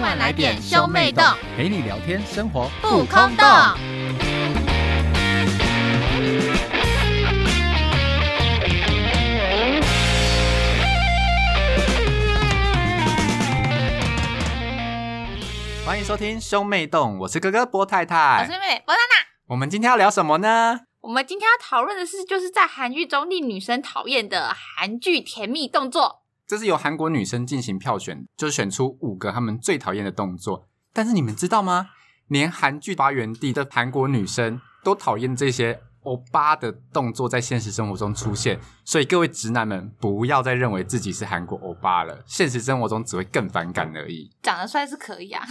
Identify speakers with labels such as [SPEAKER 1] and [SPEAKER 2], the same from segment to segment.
[SPEAKER 1] 快来点兄妹洞，
[SPEAKER 2] 陪你聊天，生活
[SPEAKER 1] 不空洞。
[SPEAKER 2] 欢迎收听兄妹洞，我是哥哥波太
[SPEAKER 1] 我
[SPEAKER 2] 太
[SPEAKER 1] 是。妹妹波娜娜。
[SPEAKER 2] 我们今天要聊什么呢？
[SPEAKER 1] 我们今天要讨论的是，就是在韩剧中令女生讨厌的韩剧甜蜜动作。
[SPEAKER 2] 这是由韩国女生进行票选，就是选出五个她们最讨厌的动作。但是你们知道吗？连韩剧发源地的韩国女生都讨厌这些欧巴的动作在现实生活中出现，所以各位直男们不要再认为自己是韩国欧巴了，现实生活中只会更反感而已。
[SPEAKER 1] 长得帅是可以啊，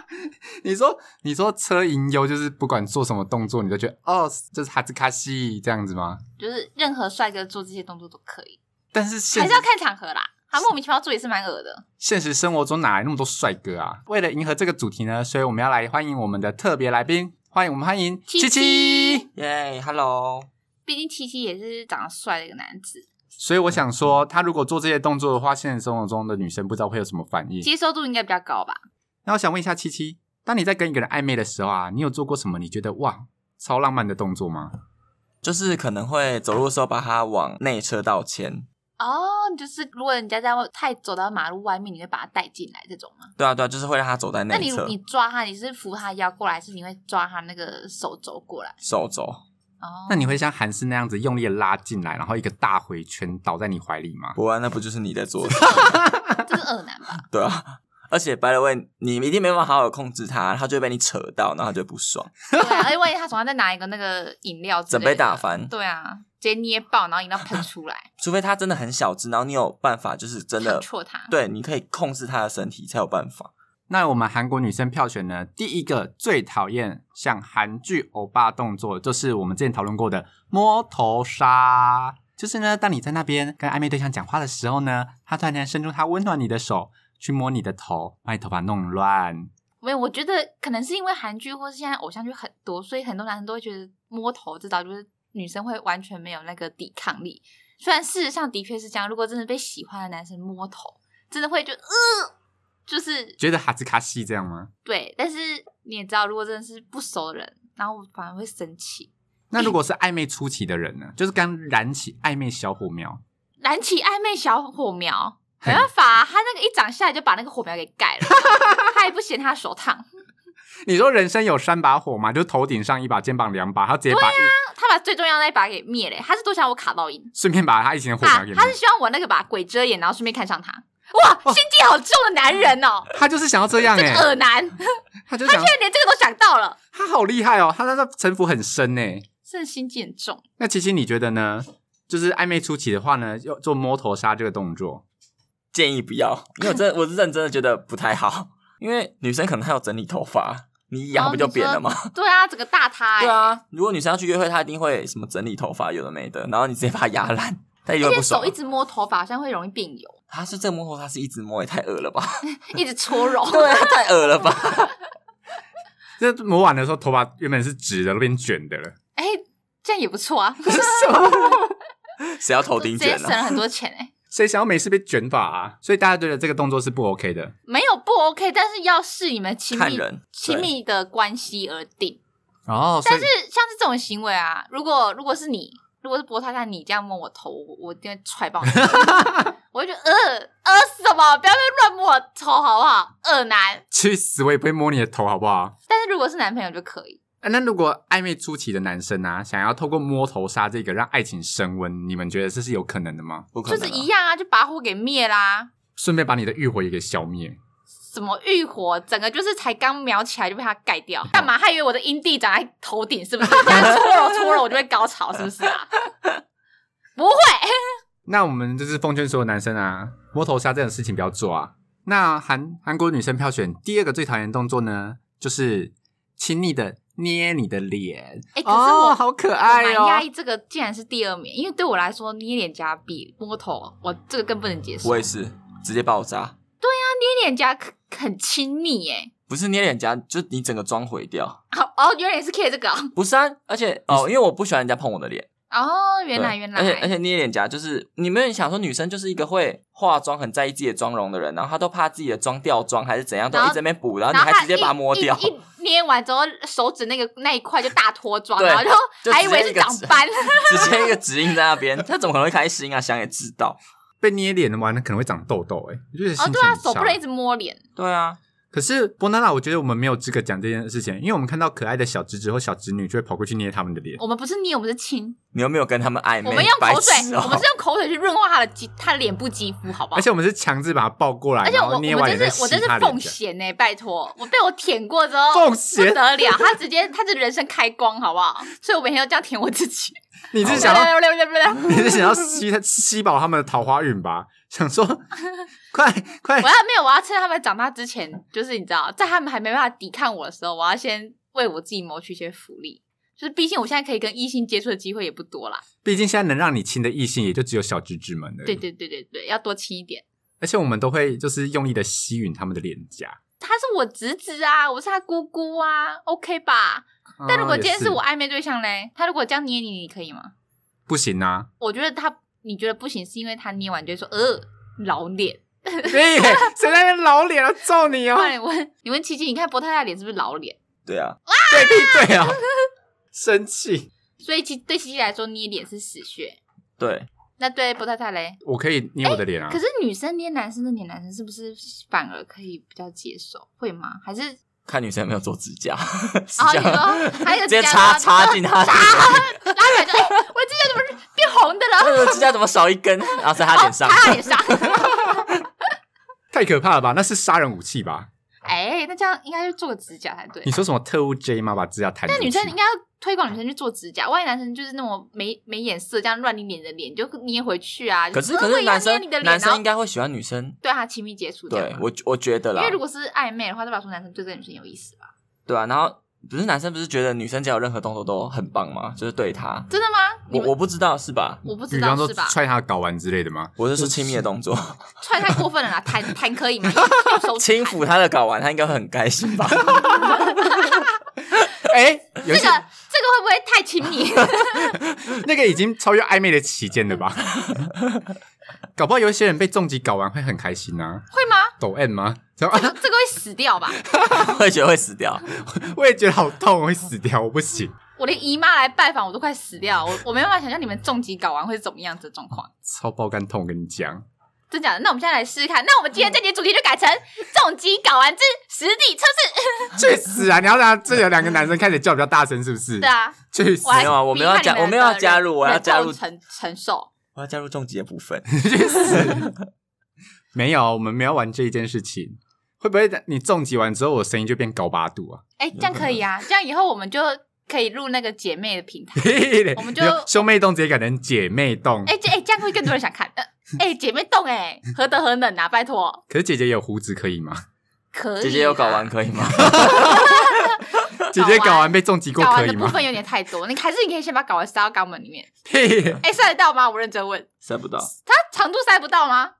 [SPEAKER 2] 你说，你说车银优就是不管做什么动作，你都觉得哦，就是哈兹卡西这样子吗？
[SPEAKER 1] 就是任何帅哥做这些动作都可以，
[SPEAKER 2] 但是现
[SPEAKER 1] 还是要看场合啦。他莫名其妙做也是蛮恶的。
[SPEAKER 2] 现实生活中哪来那么多帅哥啊？为了迎合这个主题呢，所以我们要来欢迎我们的特别来宾，欢迎我们欢迎
[SPEAKER 1] 七七
[SPEAKER 2] 七。
[SPEAKER 3] 耶、h e l l o
[SPEAKER 1] 毕竟七七也是长得帅的一个男子，
[SPEAKER 2] 所以我想说，他如果做这些动作的话，现实生活中的女生不知道会有什么反应。
[SPEAKER 1] 接受度应该比较高吧？
[SPEAKER 2] 那我想问一下七七，当你在跟一个人暧昧的时候啊，你有做过什么你觉得哇超浪漫的动作吗？
[SPEAKER 3] 就是可能会走路的时候把它往内车道牵，
[SPEAKER 1] 哦，就是如果人家在太走到马路外面，你会把他带进来这种吗？
[SPEAKER 3] 对啊对啊，就是会让它走在
[SPEAKER 1] 那你
[SPEAKER 3] 内侧
[SPEAKER 1] 你，抓他，你是扶他腰过来，还是你会抓他那个手肘过来？
[SPEAKER 3] 手肘
[SPEAKER 1] 哦，
[SPEAKER 2] 那你会像韩式那样子用力地拉进来，然后一个大回圈倒在你怀里吗？
[SPEAKER 3] 不然那不就是你 在做？
[SPEAKER 1] 这是恶男吧？
[SPEAKER 3] 对啊，而且 by the way，你一定没办法好好控制它，它就会被你扯到，然后它就会不爽，
[SPEAKER 1] 对啊，而且万一他手上再拿一个那个饮料之
[SPEAKER 3] 整
[SPEAKER 1] 类的，
[SPEAKER 3] 杯打翻。
[SPEAKER 1] 对啊，直接捏爆，然后饮料喷出来，
[SPEAKER 3] 除非它真的很小只，然后你有办法，就是 真
[SPEAKER 1] 烫
[SPEAKER 3] 的
[SPEAKER 1] 错他。
[SPEAKER 3] 对，你可以控制它的身体才有办法。
[SPEAKER 2] 那我们韩国女生票选呢，第一个最讨厌像韩剧欧巴动作，就是我们之前讨论过的摸头杀。就是呢，当你在那边跟暧昧对象讲话的时候呢，他突然间伸出他温暖你的手，去摸你的头，把你头发弄乱。
[SPEAKER 1] 没有，我觉得可能是因为韩剧或是现在偶像剧很多，所以很多男生都会觉得摸头这招就是女生会完全没有那个抵抗力。虽然事实上的确是这样，如果真的被喜欢的男生摸头，真的会就呃，就是
[SPEAKER 2] 觉得哈兹卡西这 样吗？
[SPEAKER 1] 对。但是你也知道，如果真的是不熟的人，然后我反而会生气，
[SPEAKER 2] 那如果是暧昧初期的人呢？就是刚燃起暧昧小火苗，
[SPEAKER 1] 燃起暧昧小火苗。
[SPEAKER 2] 嘿
[SPEAKER 1] 没办法、他那个一掌下来就把那个火苗给盖了，他也不嫌他手烫，
[SPEAKER 2] 你说人生有三把火嘛，就是头顶上一把，肩膀两把，他直接把一、
[SPEAKER 1] 他把最重要的那一把给灭了、他是多想我卡到赢
[SPEAKER 2] 顺便把他以前的火
[SPEAKER 1] 啊
[SPEAKER 2] 苗给灭、！
[SPEAKER 1] 他是希望我那个把鬼遮眼，然后顺便看上他。哇，心机好重的男人哦，
[SPEAKER 2] 他就是想要这样
[SPEAKER 1] 这
[SPEAKER 2] 哎、
[SPEAKER 1] 个恶男，他
[SPEAKER 2] 他就想
[SPEAKER 1] 居然连这个都想到了，
[SPEAKER 2] 他好厉害哦，他他的城府很深呢。
[SPEAKER 1] 真的心机很重。
[SPEAKER 2] 那琪琪，你觉得呢？就是暧昧初期的话呢，要做摸头杀这个动作，
[SPEAKER 3] 建议不要，因为 我真的我是认真的觉得不太好，因为女生可能还有整理头发，你一
[SPEAKER 1] 然
[SPEAKER 3] 痒
[SPEAKER 1] 后
[SPEAKER 3] 不就扁了吗？
[SPEAKER 1] 对啊，整个大他、欸，
[SPEAKER 3] 对，啊，如果女生要去约会，她一定会什么整理头发，有的 没的，然后你直接把她压烂，她一定
[SPEAKER 1] 而
[SPEAKER 3] 会
[SPEAKER 1] 且
[SPEAKER 3] 不爽
[SPEAKER 1] 手一。直摸头发，好像会容易变油，
[SPEAKER 3] 她是这个摸头，她是一直摸，也太恶了吧？
[SPEAKER 1] 一直搓 揉。
[SPEAKER 3] 对啊，太恶了吧？
[SPEAKER 2] 这磨完的时候，头发原本是直的，都变卷的了。
[SPEAKER 1] 哎、这样也不错啊，
[SPEAKER 2] 这是什么？
[SPEAKER 3] 谁要头顶
[SPEAKER 1] 直接
[SPEAKER 3] 卷
[SPEAKER 1] 省
[SPEAKER 3] 啊？
[SPEAKER 1] 了很多钱哎、
[SPEAKER 2] 谁想要没事被卷发啊？所以大家觉得这个动作是不 OK 的。
[SPEAKER 1] 没有不 OK，但是要视你们亲
[SPEAKER 3] 看
[SPEAKER 1] 密
[SPEAKER 3] 人
[SPEAKER 1] 亲密的关系而定。
[SPEAKER 2] 哦，所
[SPEAKER 1] 但
[SPEAKER 2] 以
[SPEAKER 1] 是像是这种行为啊，如果如果是你，如果是博太太你这样摸我头，我我一定会踹爆你。 我会觉得呃呃什么，不要乱摸我头好不好？恶男。
[SPEAKER 2] 去死我也不会摸你的头，好不好？
[SPEAKER 1] 但是如果是男朋友就可以，
[SPEAKER 2] 啊那如果暧昧初期的男生啊，想要透过摸头杀这个让爱情升温，你们觉得这是有可能的吗？
[SPEAKER 3] 不可
[SPEAKER 1] 就
[SPEAKER 3] 能
[SPEAKER 1] 是
[SPEAKER 3] 啊、
[SPEAKER 1] 一样啊，就把火给灭啦。
[SPEAKER 2] 顺便把你的欲火也给消灭。
[SPEAKER 1] 什么欲火，整个就是才刚瞄起来就被他盖
[SPEAKER 3] 哦
[SPEAKER 1] 掉，干嘛？他以为我的阴蒂长在头顶，是不是？ 这样搓揉搓揉我就会高潮，是不是 啊？不会，
[SPEAKER 2] 那我们就是奉劝所有男生啊，摸头杀这种事情不要做啊。那韩韩国女生票选第二个最讨厌的动作呢，就是亲昵的捏你的脸。
[SPEAKER 1] 哎可是我
[SPEAKER 2] 哦、好可
[SPEAKER 1] 我
[SPEAKER 2] 爱
[SPEAKER 1] 蛮压抑，
[SPEAKER 2] 哦！
[SPEAKER 1] 这个竟然是第二名，因为对我来说捏脸颊比摸头，我这个更不能接受。
[SPEAKER 3] 我也是直接爆炸，
[SPEAKER 1] 捏脸颊可很亲密耶，
[SPEAKER 3] 不是捏脸颊，就你整个妆毁掉。
[SPEAKER 1] 好哦，原来也是 care 这个哦
[SPEAKER 3] 不是啊，而且哦，因为我不喜欢人家碰我的脸，
[SPEAKER 1] 哦，原来
[SPEAKER 3] 对
[SPEAKER 1] 原来，
[SPEAKER 3] 而且而且捏脸颊就是你们想说女生就是一个会化妆、很在意自己的妆容的人，然后她都怕自己的妆掉妆还是怎样，都
[SPEAKER 1] 然
[SPEAKER 3] 一
[SPEAKER 1] 后
[SPEAKER 3] 直在那边补，然后
[SPEAKER 1] 然后
[SPEAKER 3] 你还
[SPEAKER 1] 他
[SPEAKER 3] 直接把它摸掉
[SPEAKER 1] 一，一一捏完之后，手指那个那一块就大脱妆，
[SPEAKER 3] 对
[SPEAKER 1] 然后就
[SPEAKER 3] 就直接
[SPEAKER 1] 还以为是
[SPEAKER 3] 一个
[SPEAKER 1] 长
[SPEAKER 3] 指
[SPEAKER 1] 斑。
[SPEAKER 3] 直接一个指印在那边，她怎么可能会开心啊？想也知道，
[SPEAKER 2] 被捏脸完可能会长痘痘、欸，哎，我觉得
[SPEAKER 1] 哦，
[SPEAKER 2] 心
[SPEAKER 1] 对
[SPEAKER 2] 情
[SPEAKER 1] 啊，
[SPEAKER 2] 很
[SPEAKER 1] 手不
[SPEAKER 2] 差
[SPEAKER 1] 能一直摸脸。
[SPEAKER 3] 对啊，
[SPEAKER 2] 可是伯娜娜，我觉得我们没有资格讲这件事情，因为我们看到可爱的小侄子或小侄女，就会跑过去捏他们的脸。
[SPEAKER 1] 我们不是捏，我们是亲，
[SPEAKER 3] 你又没有跟他们暧昧，
[SPEAKER 1] 我们用
[SPEAKER 3] 白
[SPEAKER 1] 口水，
[SPEAKER 3] 痴哦
[SPEAKER 1] 我们是用口水去润化他的肌，他的脸部肌肤，好不好
[SPEAKER 2] 而？且我们是强制把它抱过来，
[SPEAKER 1] 而且
[SPEAKER 2] 然
[SPEAKER 1] 我
[SPEAKER 2] 后
[SPEAKER 1] 我
[SPEAKER 2] 捏完
[SPEAKER 1] 们
[SPEAKER 2] 脸
[SPEAKER 1] 真
[SPEAKER 2] 再
[SPEAKER 1] 是
[SPEAKER 2] 吸
[SPEAKER 1] 我真是
[SPEAKER 2] 他脸
[SPEAKER 1] 奉
[SPEAKER 2] 颊。
[SPEAKER 1] 贤呢、拜托，我被我舔过之后，
[SPEAKER 2] 奉
[SPEAKER 1] 不
[SPEAKER 2] 贤，
[SPEAKER 1] 得了，他直接他这人生开光，好不好？所以我每天都这样舔我自己。
[SPEAKER 2] 你是想要
[SPEAKER 1] 六六六六六，
[SPEAKER 2] 你是想要吸他吸饱他们的桃花运吧？ 想说快快
[SPEAKER 1] 我要没有，我要趁他们长大之前，就是你知道，在他们还没办法抵抗我的时候，我要先为我自己谋取一些福利。就是毕竟我现在可以跟异性接触的机会也不多啦。
[SPEAKER 2] 毕竟现在能让你亲的异性也就只有小侄子们了。
[SPEAKER 1] 对，对对对对，要多亲一点。
[SPEAKER 2] 而且我们都会就是用力的吸吮他们的脸颊。
[SPEAKER 1] 他是我侄子啊，我是他姑姑啊，OK 吧？ 但如果
[SPEAKER 2] 嗯
[SPEAKER 1] 今天
[SPEAKER 2] 也
[SPEAKER 1] 是我暧昧对象嘞，他如果这样捏你，你可以吗？
[SPEAKER 2] 不行 啊，
[SPEAKER 1] 我觉得他你觉得不行，是因为他捏完就会说呃老脸。
[SPEAKER 2] 哎，谁在那边老脸要揍你 哦
[SPEAKER 1] 不？然你问你问琪琪，你看博太太的脸是不是老脸？
[SPEAKER 3] 对啊，
[SPEAKER 2] 对对对啊，生气。
[SPEAKER 1] 所以其对琪琪来说，捏脸是死穴。
[SPEAKER 3] 对，
[SPEAKER 1] 那对博太太嘞？
[SPEAKER 2] 我可以捏我的
[SPEAKER 3] 嗯
[SPEAKER 2] 脸啊
[SPEAKER 1] 哎可，是女生捏男生的脸，男生是不是反而可以比较接受？会吗？还是然
[SPEAKER 3] 看女生有没有做指甲， 是
[SPEAKER 1] 后
[SPEAKER 3] 这
[SPEAKER 1] 你
[SPEAKER 3] 样
[SPEAKER 1] 说哦还有
[SPEAKER 3] 直
[SPEAKER 1] 指
[SPEAKER 3] 接
[SPEAKER 1] 甲
[SPEAKER 3] 插
[SPEAKER 1] 吗
[SPEAKER 3] 插进她的
[SPEAKER 1] 插拉起来就哎，我指甲怎么是变红的了？
[SPEAKER 3] 哎呦指甲怎么少一根？然后在她脸上，
[SPEAKER 1] 哦插在脸上。
[SPEAKER 2] 太可怕了吧？那是杀人武器吧？
[SPEAKER 1] 哎，那这样应该去做个指甲才对
[SPEAKER 2] 你。说什么特务 J 吗？把指甲弹出
[SPEAKER 1] 那
[SPEAKER 2] 去？
[SPEAKER 1] 女生应该要推广女生去做指甲，万一男生就是那种没没眼色，这样乱捏你的脸，你就捏回去啊。
[SPEAKER 3] 可是
[SPEAKER 1] 就
[SPEAKER 3] 可
[SPEAKER 1] 我
[SPEAKER 3] 是
[SPEAKER 1] 也要
[SPEAKER 3] 男生
[SPEAKER 1] 捏你的脸
[SPEAKER 3] 男
[SPEAKER 1] 然
[SPEAKER 3] 生
[SPEAKER 1] 后
[SPEAKER 3] 应该会喜欢女生，
[SPEAKER 1] 对他亲密接触，这样
[SPEAKER 3] 对
[SPEAKER 1] 吗
[SPEAKER 3] 我觉我觉得
[SPEAKER 1] 因
[SPEAKER 3] 啦
[SPEAKER 1] 为，如果是暧昧的话，代表说男生对这个女生有意思吧？
[SPEAKER 3] 对啊，然后不是男生不是觉得女生只要有任何动作都很棒吗？就是对她，
[SPEAKER 1] 真的吗？你
[SPEAKER 3] 我
[SPEAKER 1] 们
[SPEAKER 3] 我不知道是吧？
[SPEAKER 1] 我不知
[SPEAKER 2] 比
[SPEAKER 1] 道
[SPEAKER 2] 方说
[SPEAKER 1] 是吧？
[SPEAKER 2] 踹她的睾丸之类的吗？
[SPEAKER 3] 我是说亲密的 动作，
[SPEAKER 1] 踹太过分了啦， 弹弹可以 吗？用手指
[SPEAKER 3] 轻
[SPEAKER 1] 弹
[SPEAKER 3] 抚她的睾丸，她应该会很开心吧？
[SPEAKER 2] 哎、
[SPEAKER 1] 这个
[SPEAKER 2] 有一
[SPEAKER 1] 这
[SPEAKER 2] 些
[SPEAKER 1] 个会不会太亲密？
[SPEAKER 2] 那个已经超越暧昧的期间 了吧？搞不好有一些人被重击睾丸会很开心啊，
[SPEAKER 1] 会吗？
[SPEAKER 2] 抖 M 吗？然后
[SPEAKER 1] 这
[SPEAKER 2] 啊，
[SPEAKER 1] 个这个会死掉吧？
[SPEAKER 3] 会觉得会死掉。
[SPEAKER 2] 我也觉得好痛，我会死掉，我不行，
[SPEAKER 1] 我连姨妈来拜访我都快死掉了，我我没办法想象你们重疾睾丸会是怎么样子的状况。
[SPEAKER 2] 超爆肝痛，我跟你讲，
[SPEAKER 1] 真假的？那我们现在来试试看。那我们今天这节主题就改成重疾睾丸之实地测试。
[SPEAKER 2] 去死啊！你要让这有两个男生开始叫比较大声，是不是？
[SPEAKER 1] 对啊，
[SPEAKER 2] 去死
[SPEAKER 1] 我！还
[SPEAKER 3] 没有啊我们要加
[SPEAKER 1] 逼看你
[SPEAKER 3] 我们要加入
[SPEAKER 1] 的
[SPEAKER 3] 我要加入
[SPEAKER 1] 忍痛承承受。
[SPEAKER 3] 我要加入重疾的部分，
[SPEAKER 2] 没有，我们没有玩这一件事情。会不会你重击完之后，我声音就变高八度啊？
[SPEAKER 1] 哎，这样可以
[SPEAKER 3] 嗯
[SPEAKER 1] 啊，这样以后我们就可以入那个姐妹的平台。我们就
[SPEAKER 2] 兄妹洞直接改成姐妹洞。
[SPEAKER 1] 哎，这哎这样会更多人想 看。呃哎，姐妹动哎，何德何能啊？拜托。
[SPEAKER 2] 可是姐姐有胡子可以吗？
[SPEAKER 1] 可以、啊
[SPEAKER 3] 姐姐有睾丸，可以吗？
[SPEAKER 2] 姐姐睾丸被重击过
[SPEAKER 1] 睾
[SPEAKER 2] 可
[SPEAKER 1] 丸
[SPEAKER 2] 以
[SPEAKER 1] 的部
[SPEAKER 2] 吗？
[SPEAKER 1] 分有点太多，你还是你可以先把睾丸塞到肛门里面。
[SPEAKER 2] 嘿，
[SPEAKER 1] 哎，塞得到吗？我认真问，
[SPEAKER 3] 塞不到，
[SPEAKER 1] 它长度塞不到吗？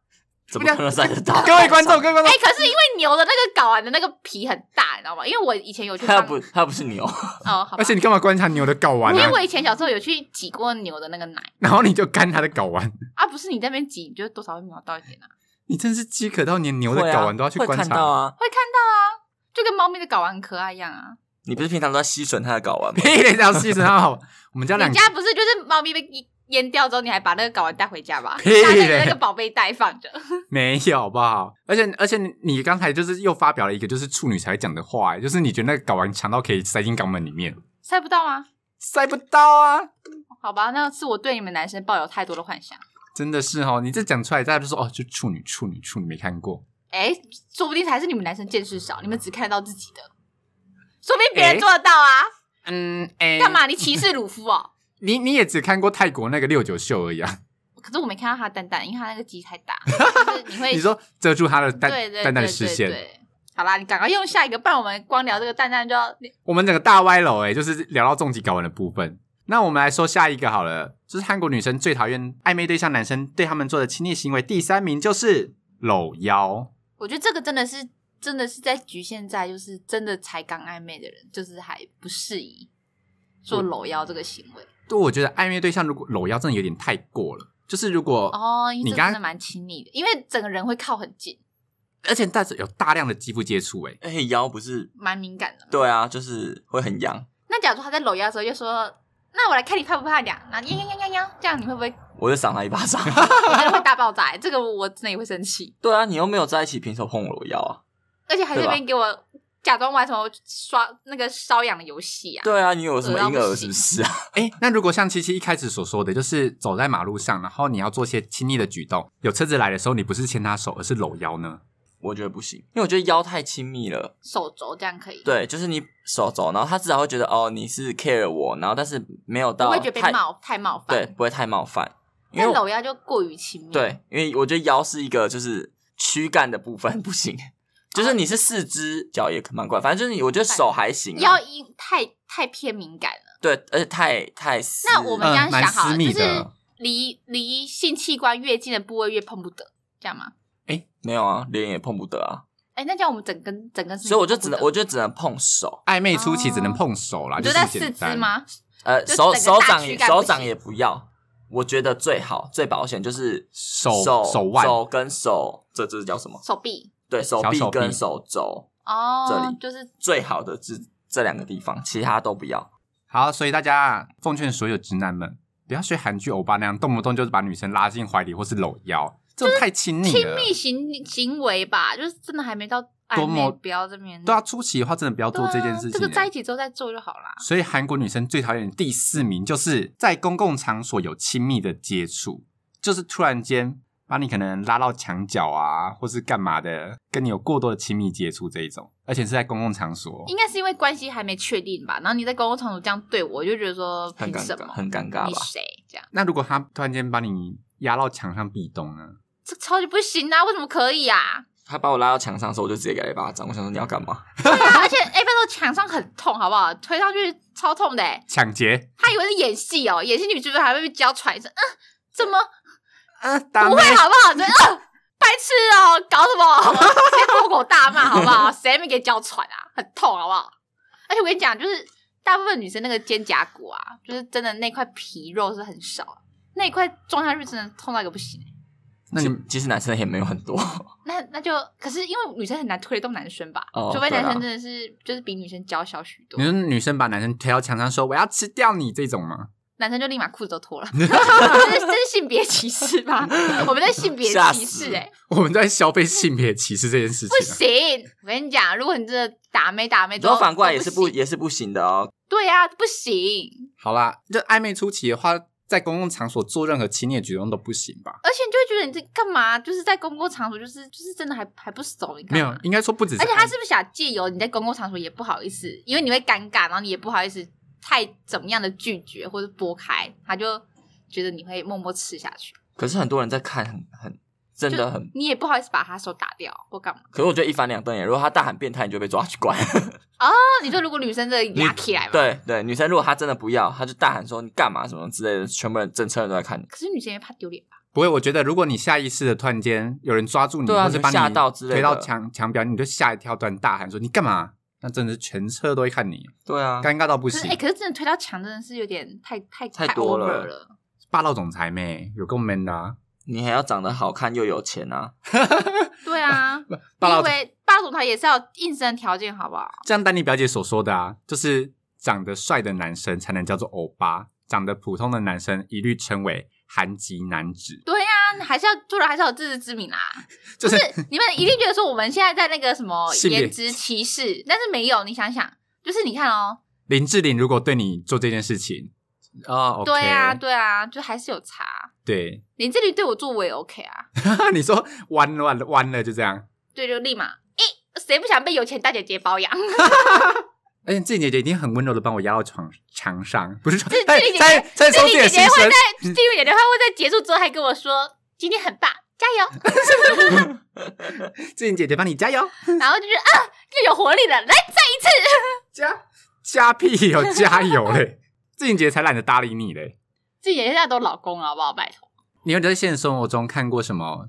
[SPEAKER 3] 怎么可能塞得到？
[SPEAKER 2] 各位观众，各位观
[SPEAKER 1] 哎，
[SPEAKER 2] 众，
[SPEAKER 1] 可是因为牛的那个睾丸的那个皮很大，你知道吗？因为我以前有去
[SPEAKER 3] 他
[SPEAKER 1] 帮
[SPEAKER 3] 又不，他又不是牛，
[SPEAKER 1] 哦，好吧
[SPEAKER 2] 而且你干嘛观察牛的睾丸
[SPEAKER 1] 因为我
[SPEAKER 2] 啊？
[SPEAKER 1] 以前小时候有去挤过牛的那个奶
[SPEAKER 2] 然后你就干他的睾丸，
[SPEAKER 1] 啊，不是你在那边挤，你就多少会瞄到一点啊，
[SPEAKER 2] 你真是饥渴到连牛的
[SPEAKER 3] 会
[SPEAKER 2] 睾
[SPEAKER 3] 啊，
[SPEAKER 2] 丸都要去
[SPEAKER 3] 会
[SPEAKER 2] 观
[SPEAKER 3] 看到
[SPEAKER 2] 察。
[SPEAKER 3] 啊。
[SPEAKER 1] 会看到啊，就跟猫咪的睾丸很可爱一样啊。
[SPEAKER 3] 你不是平常都在吸吮他的睾丸吗？
[SPEAKER 2] 屁嘞，这样细神 好，我们家两
[SPEAKER 1] 你家不是就是猫咪被阉掉之后，你还把那个睾丸带回家吧？
[SPEAKER 2] 屁嘞
[SPEAKER 1] 家里的那个宝贝袋放着，
[SPEAKER 2] 没有好不好？而且而且你刚才就是又发表了一个就是处女才会讲的话，就是你觉得那个睾丸强到可以塞进肛门里面，
[SPEAKER 1] 塞不到吗？
[SPEAKER 2] 塞不到啊！
[SPEAKER 1] 好吧，那是我对你们男生抱有太多的幻想。
[SPEAKER 2] 真的是哦，你这讲出来，大家就说哦，就处女处女处女没看过，
[SPEAKER 1] 哎，说不定才是你们男生见识少，你们只看到自己的，说不定别人做得到啊！
[SPEAKER 2] 嗯，哎
[SPEAKER 1] 干？嘛？你歧视鲁夫哦？
[SPEAKER 2] 你你也只看过泰国那个六九秀而已啊！
[SPEAKER 1] 可是我没看到他的蛋蛋，因为他那个鸡太大，就是你会
[SPEAKER 2] 你说遮住他的蛋
[SPEAKER 1] 哎对对
[SPEAKER 2] 蛋蛋
[SPEAKER 1] 对
[SPEAKER 2] 的视
[SPEAKER 1] 对
[SPEAKER 2] 线，
[SPEAKER 1] 对。好啦，你赶快用下一个，不然我们光聊这个蛋蛋就要
[SPEAKER 2] 我们整个大歪楼哎、就是聊到重疾睾丸的部分。那我们来说下一个好了，就是韩国女生最讨厌暧昧对象男生对他们做的亲密行为，第三名就是搂腰。
[SPEAKER 1] 我觉得这个真的是真的是在局限在就是真的才刚暧昧的人，就是还不适宜做搂腰这个行为。
[SPEAKER 2] 对，我觉得暧昧对象如果搂腰真的有点太过了，就是如果
[SPEAKER 1] 哦，因为
[SPEAKER 2] 你
[SPEAKER 1] 这
[SPEAKER 2] 刚
[SPEAKER 1] 真的蛮亲密的，因为整个人会靠很近，
[SPEAKER 2] 而且但是有大量的肌肤接触，哎，
[SPEAKER 3] 而且腰不是，
[SPEAKER 1] 蛮敏感的。
[SPEAKER 3] 对啊，就是会很痒。
[SPEAKER 1] 那假如说他在搂腰的时候就说：“那我来看你怕不怕痒？”那呀呀呀呀呀，这样你会不 会？
[SPEAKER 3] 我就赏他一巴掌。
[SPEAKER 1] 我真的会大爆炸、欸，这个我真的也会生气，
[SPEAKER 3] 对啊，你又没有在一起，凭什么碰我的腰啊？
[SPEAKER 1] 而且还在那边给我假装玩什么刷那个瘙痒的游戏啊。
[SPEAKER 3] 对啊，你有什么婴
[SPEAKER 1] 耳
[SPEAKER 3] 儿
[SPEAKER 1] 不
[SPEAKER 3] 是
[SPEAKER 1] 行
[SPEAKER 3] 不是啊？
[SPEAKER 2] 哎，那如果像七七一开始所说的，就是走在马路上，然后你要做些亲密的举动，有车子来的时候，你不是牵他手，而是搂腰呢？
[SPEAKER 3] 我觉得不行，因为我觉得腰太亲密了。
[SPEAKER 1] 手肘这样可以，，
[SPEAKER 3] 对，就是你手肘，然后他至少会觉得哦，你是 care 我，然后但是没有
[SPEAKER 1] 不
[SPEAKER 3] 到
[SPEAKER 1] 会觉得被
[SPEAKER 3] 太
[SPEAKER 1] 冒太冒犯。
[SPEAKER 3] 对，，不会太冒犯，因为
[SPEAKER 1] 但
[SPEAKER 3] 我
[SPEAKER 1] 搂腰就过于亲密。，
[SPEAKER 3] 对，因为我觉得腰是一个就是躯干的部分 不行，就是你是四肢脚也蛮怪，反正就是你，我觉得手还行、
[SPEAKER 1] 腰
[SPEAKER 3] 啊，
[SPEAKER 1] 因太太偏敏感了。
[SPEAKER 3] 对，而且太太死
[SPEAKER 1] 那我们这样想好了，
[SPEAKER 2] 嗯蛮私
[SPEAKER 1] 就
[SPEAKER 2] 密
[SPEAKER 1] 是
[SPEAKER 2] 的
[SPEAKER 1] 离离性器官越近的部位越碰不得，这样吗？
[SPEAKER 3] 没有啊，脸也碰不得啊，
[SPEAKER 1] 哎、那这样我们整根整根，
[SPEAKER 3] 所以我就只能我就只能碰手，
[SPEAKER 2] 暧昧初期只能碰手啦，
[SPEAKER 1] 哦你
[SPEAKER 2] 就
[SPEAKER 1] 就是在
[SPEAKER 2] 很
[SPEAKER 1] 四
[SPEAKER 2] 简
[SPEAKER 1] 肢
[SPEAKER 2] 单？
[SPEAKER 1] 吗？
[SPEAKER 3] 呃，
[SPEAKER 1] 就整
[SPEAKER 3] 手
[SPEAKER 1] 个
[SPEAKER 3] 手
[SPEAKER 1] 大
[SPEAKER 3] 掌
[SPEAKER 1] 躯
[SPEAKER 3] 也
[SPEAKER 1] 干
[SPEAKER 3] 手
[SPEAKER 1] 不
[SPEAKER 3] 掌
[SPEAKER 1] 行
[SPEAKER 3] 也不要，我觉得最好最保险就是
[SPEAKER 2] 手
[SPEAKER 3] 手
[SPEAKER 2] 手腕
[SPEAKER 3] 手跟手，这这叫什么？
[SPEAKER 1] 手臂
[SPEAKER 3] 对手
[SPEAKER 2] 小
[SPEAKER 3] 臂
[SPEAKER 2] 手臂
[SPEAKER 3] 跟手肘这
[SPEAKER 1] 哦
[SPEAKER 3] 里，
[SPEAKER 1] 就是
[SPEAKER 3] 最好的这这两个地方，其他都不要。
[SPEAKER 2] 好，所以大家奉劝所有直男们，不要学韩剧欧巴那样，动不动就是把女生拉进怀里或是搂腰，这种太亲密
[SPEAKER 1] 亲
[SPEAKER 2] 了。
[SPEAKER 1] 密行行为吧，就是真的还没到暧
[SPEAKER 2] 多
[SPEAKER 1] 昧，
[SPEAKER 2] 么
[SPEAKER 1] 不要这边
[SPEAKER 2] 对啊，初期的话真的不要
[SPEAKER 1] 对啊
[SPEAKER 2] 做这件事情、欸
[SPEAKER 1] 这个在一起之后再做就好啦。
[SPEAKER 2] 所以韩国女生最讨厌的第四名就是在公共场所有亲密的接触，就是突然间把你可能拉到墙角啊，或是干嘛的，跟你有过多的亲密接触这一种，而且是在公共场所哦。
[SPEAKER 1] 应该是因为关系还没确定吧，然后你在公共场所这样对我，我就觉得说
[SPEAKER 3] 很
[SPEAKER 1] 凭
[SPEAKER 3] 尴
[SPEAKER 1] 什
[SPEAKER 3] 尬
[SPEAKER 1] 么？
[SPEAKER 3] 很尴尬
[SPEAKER 1] 你
[SPEAKER 3] 吧
[SPEAKER 1] 谁这样？
[SPEAKER 2] 那如果他突然间把你压到墙上壁咚呢？
[SPEAKER 1] 这超级不行啊！为什么可以啊？
[SPEAKER 3] 他把我拉到墙上的时候，我就直接给他一巴掌。我想说你要干嘛？
[SPEAKER 1] 对啊，而且哎，那时候墙上很痛，好不好？推上去超痛的、欸，
[SPEAKER 2] 抢劫？
[SPEAKER 1] 他以为是演戏哦，演戏女主角还会被娇喘一声，嗯，怎么
[SPEAKER 2] 呃，打
[SPEAKER 1] 不
[SPEAKER 2] 妹
[SPEAKER 3] 啊
[SPEAKER 1] 会好不好？这嗯，白痴哦，搞什么？直接破口大骂好不好？谁没给娇喘啊？很痛好不好？而且我跟你讲，就是大部分女生那个肩胛骨啊，就是真的那块皮肉是很少，那一块撞下去真的痛到一个不行。
[SPEAKER 2] 那
[SPEAKER 3] 其
[SPEAKER 2] 你
[SPEAKER 3] 其实男生也没有很多，
[SPEAKER 1] 那那就可是因为女生很难推动男生吧，
[SPEAKER 3] 哦
[SPEAKER 1] 除非男
[SPEAKER 3] 对啊
[SPEAKER 1] 生真的是就是比女生娇小许多
[SPEAKER 2] 你，说女生把男生推到墙上说我要吃掉你这种吗？
[SPEAKER 1] 男生就立马裤子都 脱了，这是这是性别歧视吧？我们在性别
[SPEAKER 3] 吓
[SPEAKER 1] 歧
[SPEAKER 3] 死
[SPEAKER 1] 视哎、
[SPEAKER 2] 我们在消费性别歧视这件事情、
[SPEAKER 1] 不
[SPEAKER 2] 啊。
[SPEAKER 1] 行，我跟你讲，如果你真的打妹打哎 妹都，
[SPEAKER 3] 然后反过来也
[SPEAKER 1] 都
[SPEAKER 3] 是
[SPEAKER 1] 不
[SPEAKER 3] 不
[SPEAKER 1] 行，
[SPEAKER 3] 也是不行的哦。
[SPEAKER 1] 对啊，不行，
[SPEAKER 2] 好啦，就暧昧初期的话，在公共场所做任何亲密的举动都不行吧？
[SPEAKER 1] 而且你就会觉得你这干嘛？就是在公共场所，就是就是真的还还不熟，你干
[SPEAKER 2] 没
[SPEAKER 1] 嘛
[SPEAKER 2] 有，应该说不止。
[SPEAKER 1] 而且他是不是想借由你在公共场所也不好意思，因为你会尴尬，然后你也不好意思太怎么样的拒绝或者拨开，他就觉得你会默默吃下去，
[SPEAKER 3] 可是很多人在看，很很真的很。
[SPEAKER 1] 你也不好意思把他手打掉或干嘛。
[SPEAKER 3] 可是我觉得一翻两瞪眼，如果他大喊变态，你就被抓去关。
[SPEAKER 1] 哦，你说如果女生这压起来嘛，。
[SPEAKER 3] 对对，女生如果她真的不要，她就大喊说你干嘛什么之类的，全部人整车人都在看你。
[SPEAKER 1] 可是女生也怕丢脸吧？
[SPEAKER 2] 不会，我觉得如果你下意识的突然间有人抓住你，
[SPEAKER 3] 对啊
[SPEAKER 2] 或者把你
[SPEAKER 3] 你吓到之类的
[SPEAKER 2] 推到墙墙角，你就吓一跳，突然大喊说你干嘛？那真的是全车都会看你，
[SPEAKER 3] 对啊，
[SPEAKER 2] 尴尬到不
[SPEAKER 1] 可是哎、
[SPEAKER 2] 行。
[SPEAKER 1] 可是真的推到墙真的是有点太太
[SPEAKER 3] 太多
[SPEAKER 1] over
[SPEAKER 3] 了
[SPEAKER 1] 了
[SPEAKER 2] 霸道总裁妹有够 man 的、啊，
[SPEAKER 3] 你还要长得好看又有钱啊，
[SPEAKER 1] 对啊，你
[SPEAKER 2] 霸
[SPEAKER 1] 以
[SPEAKER 2] 道
[SPEAKER 1] 为霸总裁也是要硬生条件好不好？
[SPEAKER 2] 就像丹妮表姐所说的啊，就是长得帅的男生才能叫做欧巴，长得普通的男生一律称为韩籍男子。
[SPEAKER 1] 对呀、还是要做人还是要有自知之明啦。
[SPEAKER 2] 就
[SPEAKER 1] 不 是你们一定觉得说我们现在在那个什么
[SPEAKER 2] 性别
[SPEAKER 1] 颜值歧视，但是没有。你想想，就是你看哦，
[SPEAKER 2] 林志玲如果对你做这件事情，啊、o k
[SPEAKER 1] 对啊，对啊，就还是有差。
[SPEAKER 2] 对，
[SPEAKER 1] 你这里对我做我也 OK 啊，
[SPEAKER 2] 你说弯了弯了弯了就这样。
[SPEAKER 1] 对，就立马，诶、谁不想被有钱大姐姐包 养？
[SPEAKER 2] 而且志玲哎姐姐一定很温柔的帮我压到床墙上，不是说
[SPEAKER 1] 志
[SPEAKER 2] 在
[SPEAKER 1] 志玲姐姐
[SPEAKER 2] 在在
[SPEAKER 1] 志
[SPEAKER 2] 说
[SPEAKER 1] 玲
[SPEAKER 2] 自己
[SPEAKER 1] 姐
[SPEAKER 2] 的心
[SPEAKER 1] 姐会
[SPEAKER 2] 声，
[SPEAKER 1] 在，志玲姐姐会在结束之后还跟我说今天很棒，加油，
[SPEAKER 2] 志玲姐姐帮你加油，
[SPEAKER 1] 然后就是啊，又有活力了，来再一次。
[SPEAKER 2] 加加屁油 加油嘞！志玲姐姐才懒得搭理你嘞。
[SPEAKER 1] 志玲姐姐现在都老公了，好不好？拜托。
[SPEAKER 2] 你有在现实生活中看过什么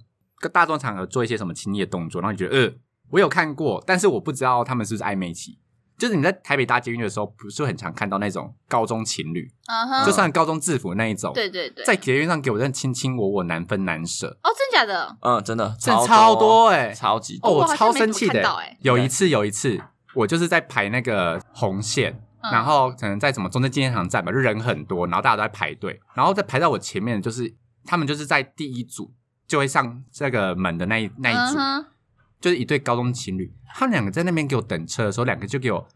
[SPEAKER 2] 大众场合做一些什么亲密的动作，然后你觉得呃，我有看过，但是我不知道他们是不是暧昧期，就是你在台北搭捷运的时候，不是很常看到那种高中情侣，
[SPEAKER 1] 嗯哼，
[SPEAKER 2] 就算高中制服那一种，
[SPEAKER 1] 对对对，
[SPEAKER 2] 在捷运上给我认卿卿我我，难分难舍，
[SPEAKER 1] 哦，真假的？欸
[SPEAKER 3] 嗯，真的，
[SPEAKER 2] 真的超
[SPEAKER 3] 多，
[SPEAKER 2] 多哎、
[SPEAKER 3] 超级
[SPEAKER 2] 哦，
[SPEAKER 3] 多。
[SPEAKER 1] 我
[SPEAKER 2] 我
[SPEAKER 1] 好像
[SPEAKER 2] 超
[SPEAKER 1] 没怎
[SPEAKER 2] 生
[SPEAKER 1] 么
[SPEAKER 2] 气
[SPEAKER 1] 看
[SPEAKER 2] 的欸、
[SPEAKER 1] 到欸
[SPEAKER 2] 有一次，有一次，我就是在排那个红线，
[SPEAKER 1] 嗯
[SPEAKER 2] 然后可能在什么中正纪念堂站吧，就人很多，然后大家都在排队，然后在排到我前面，的就是他们就是在第一组就会上这个门的那一那一组，
[SPEAKER 1] 嗯哼
[SPEAKER 2] 就是一对高中情侣，他们两个在那边给我等车的时候，两个就给我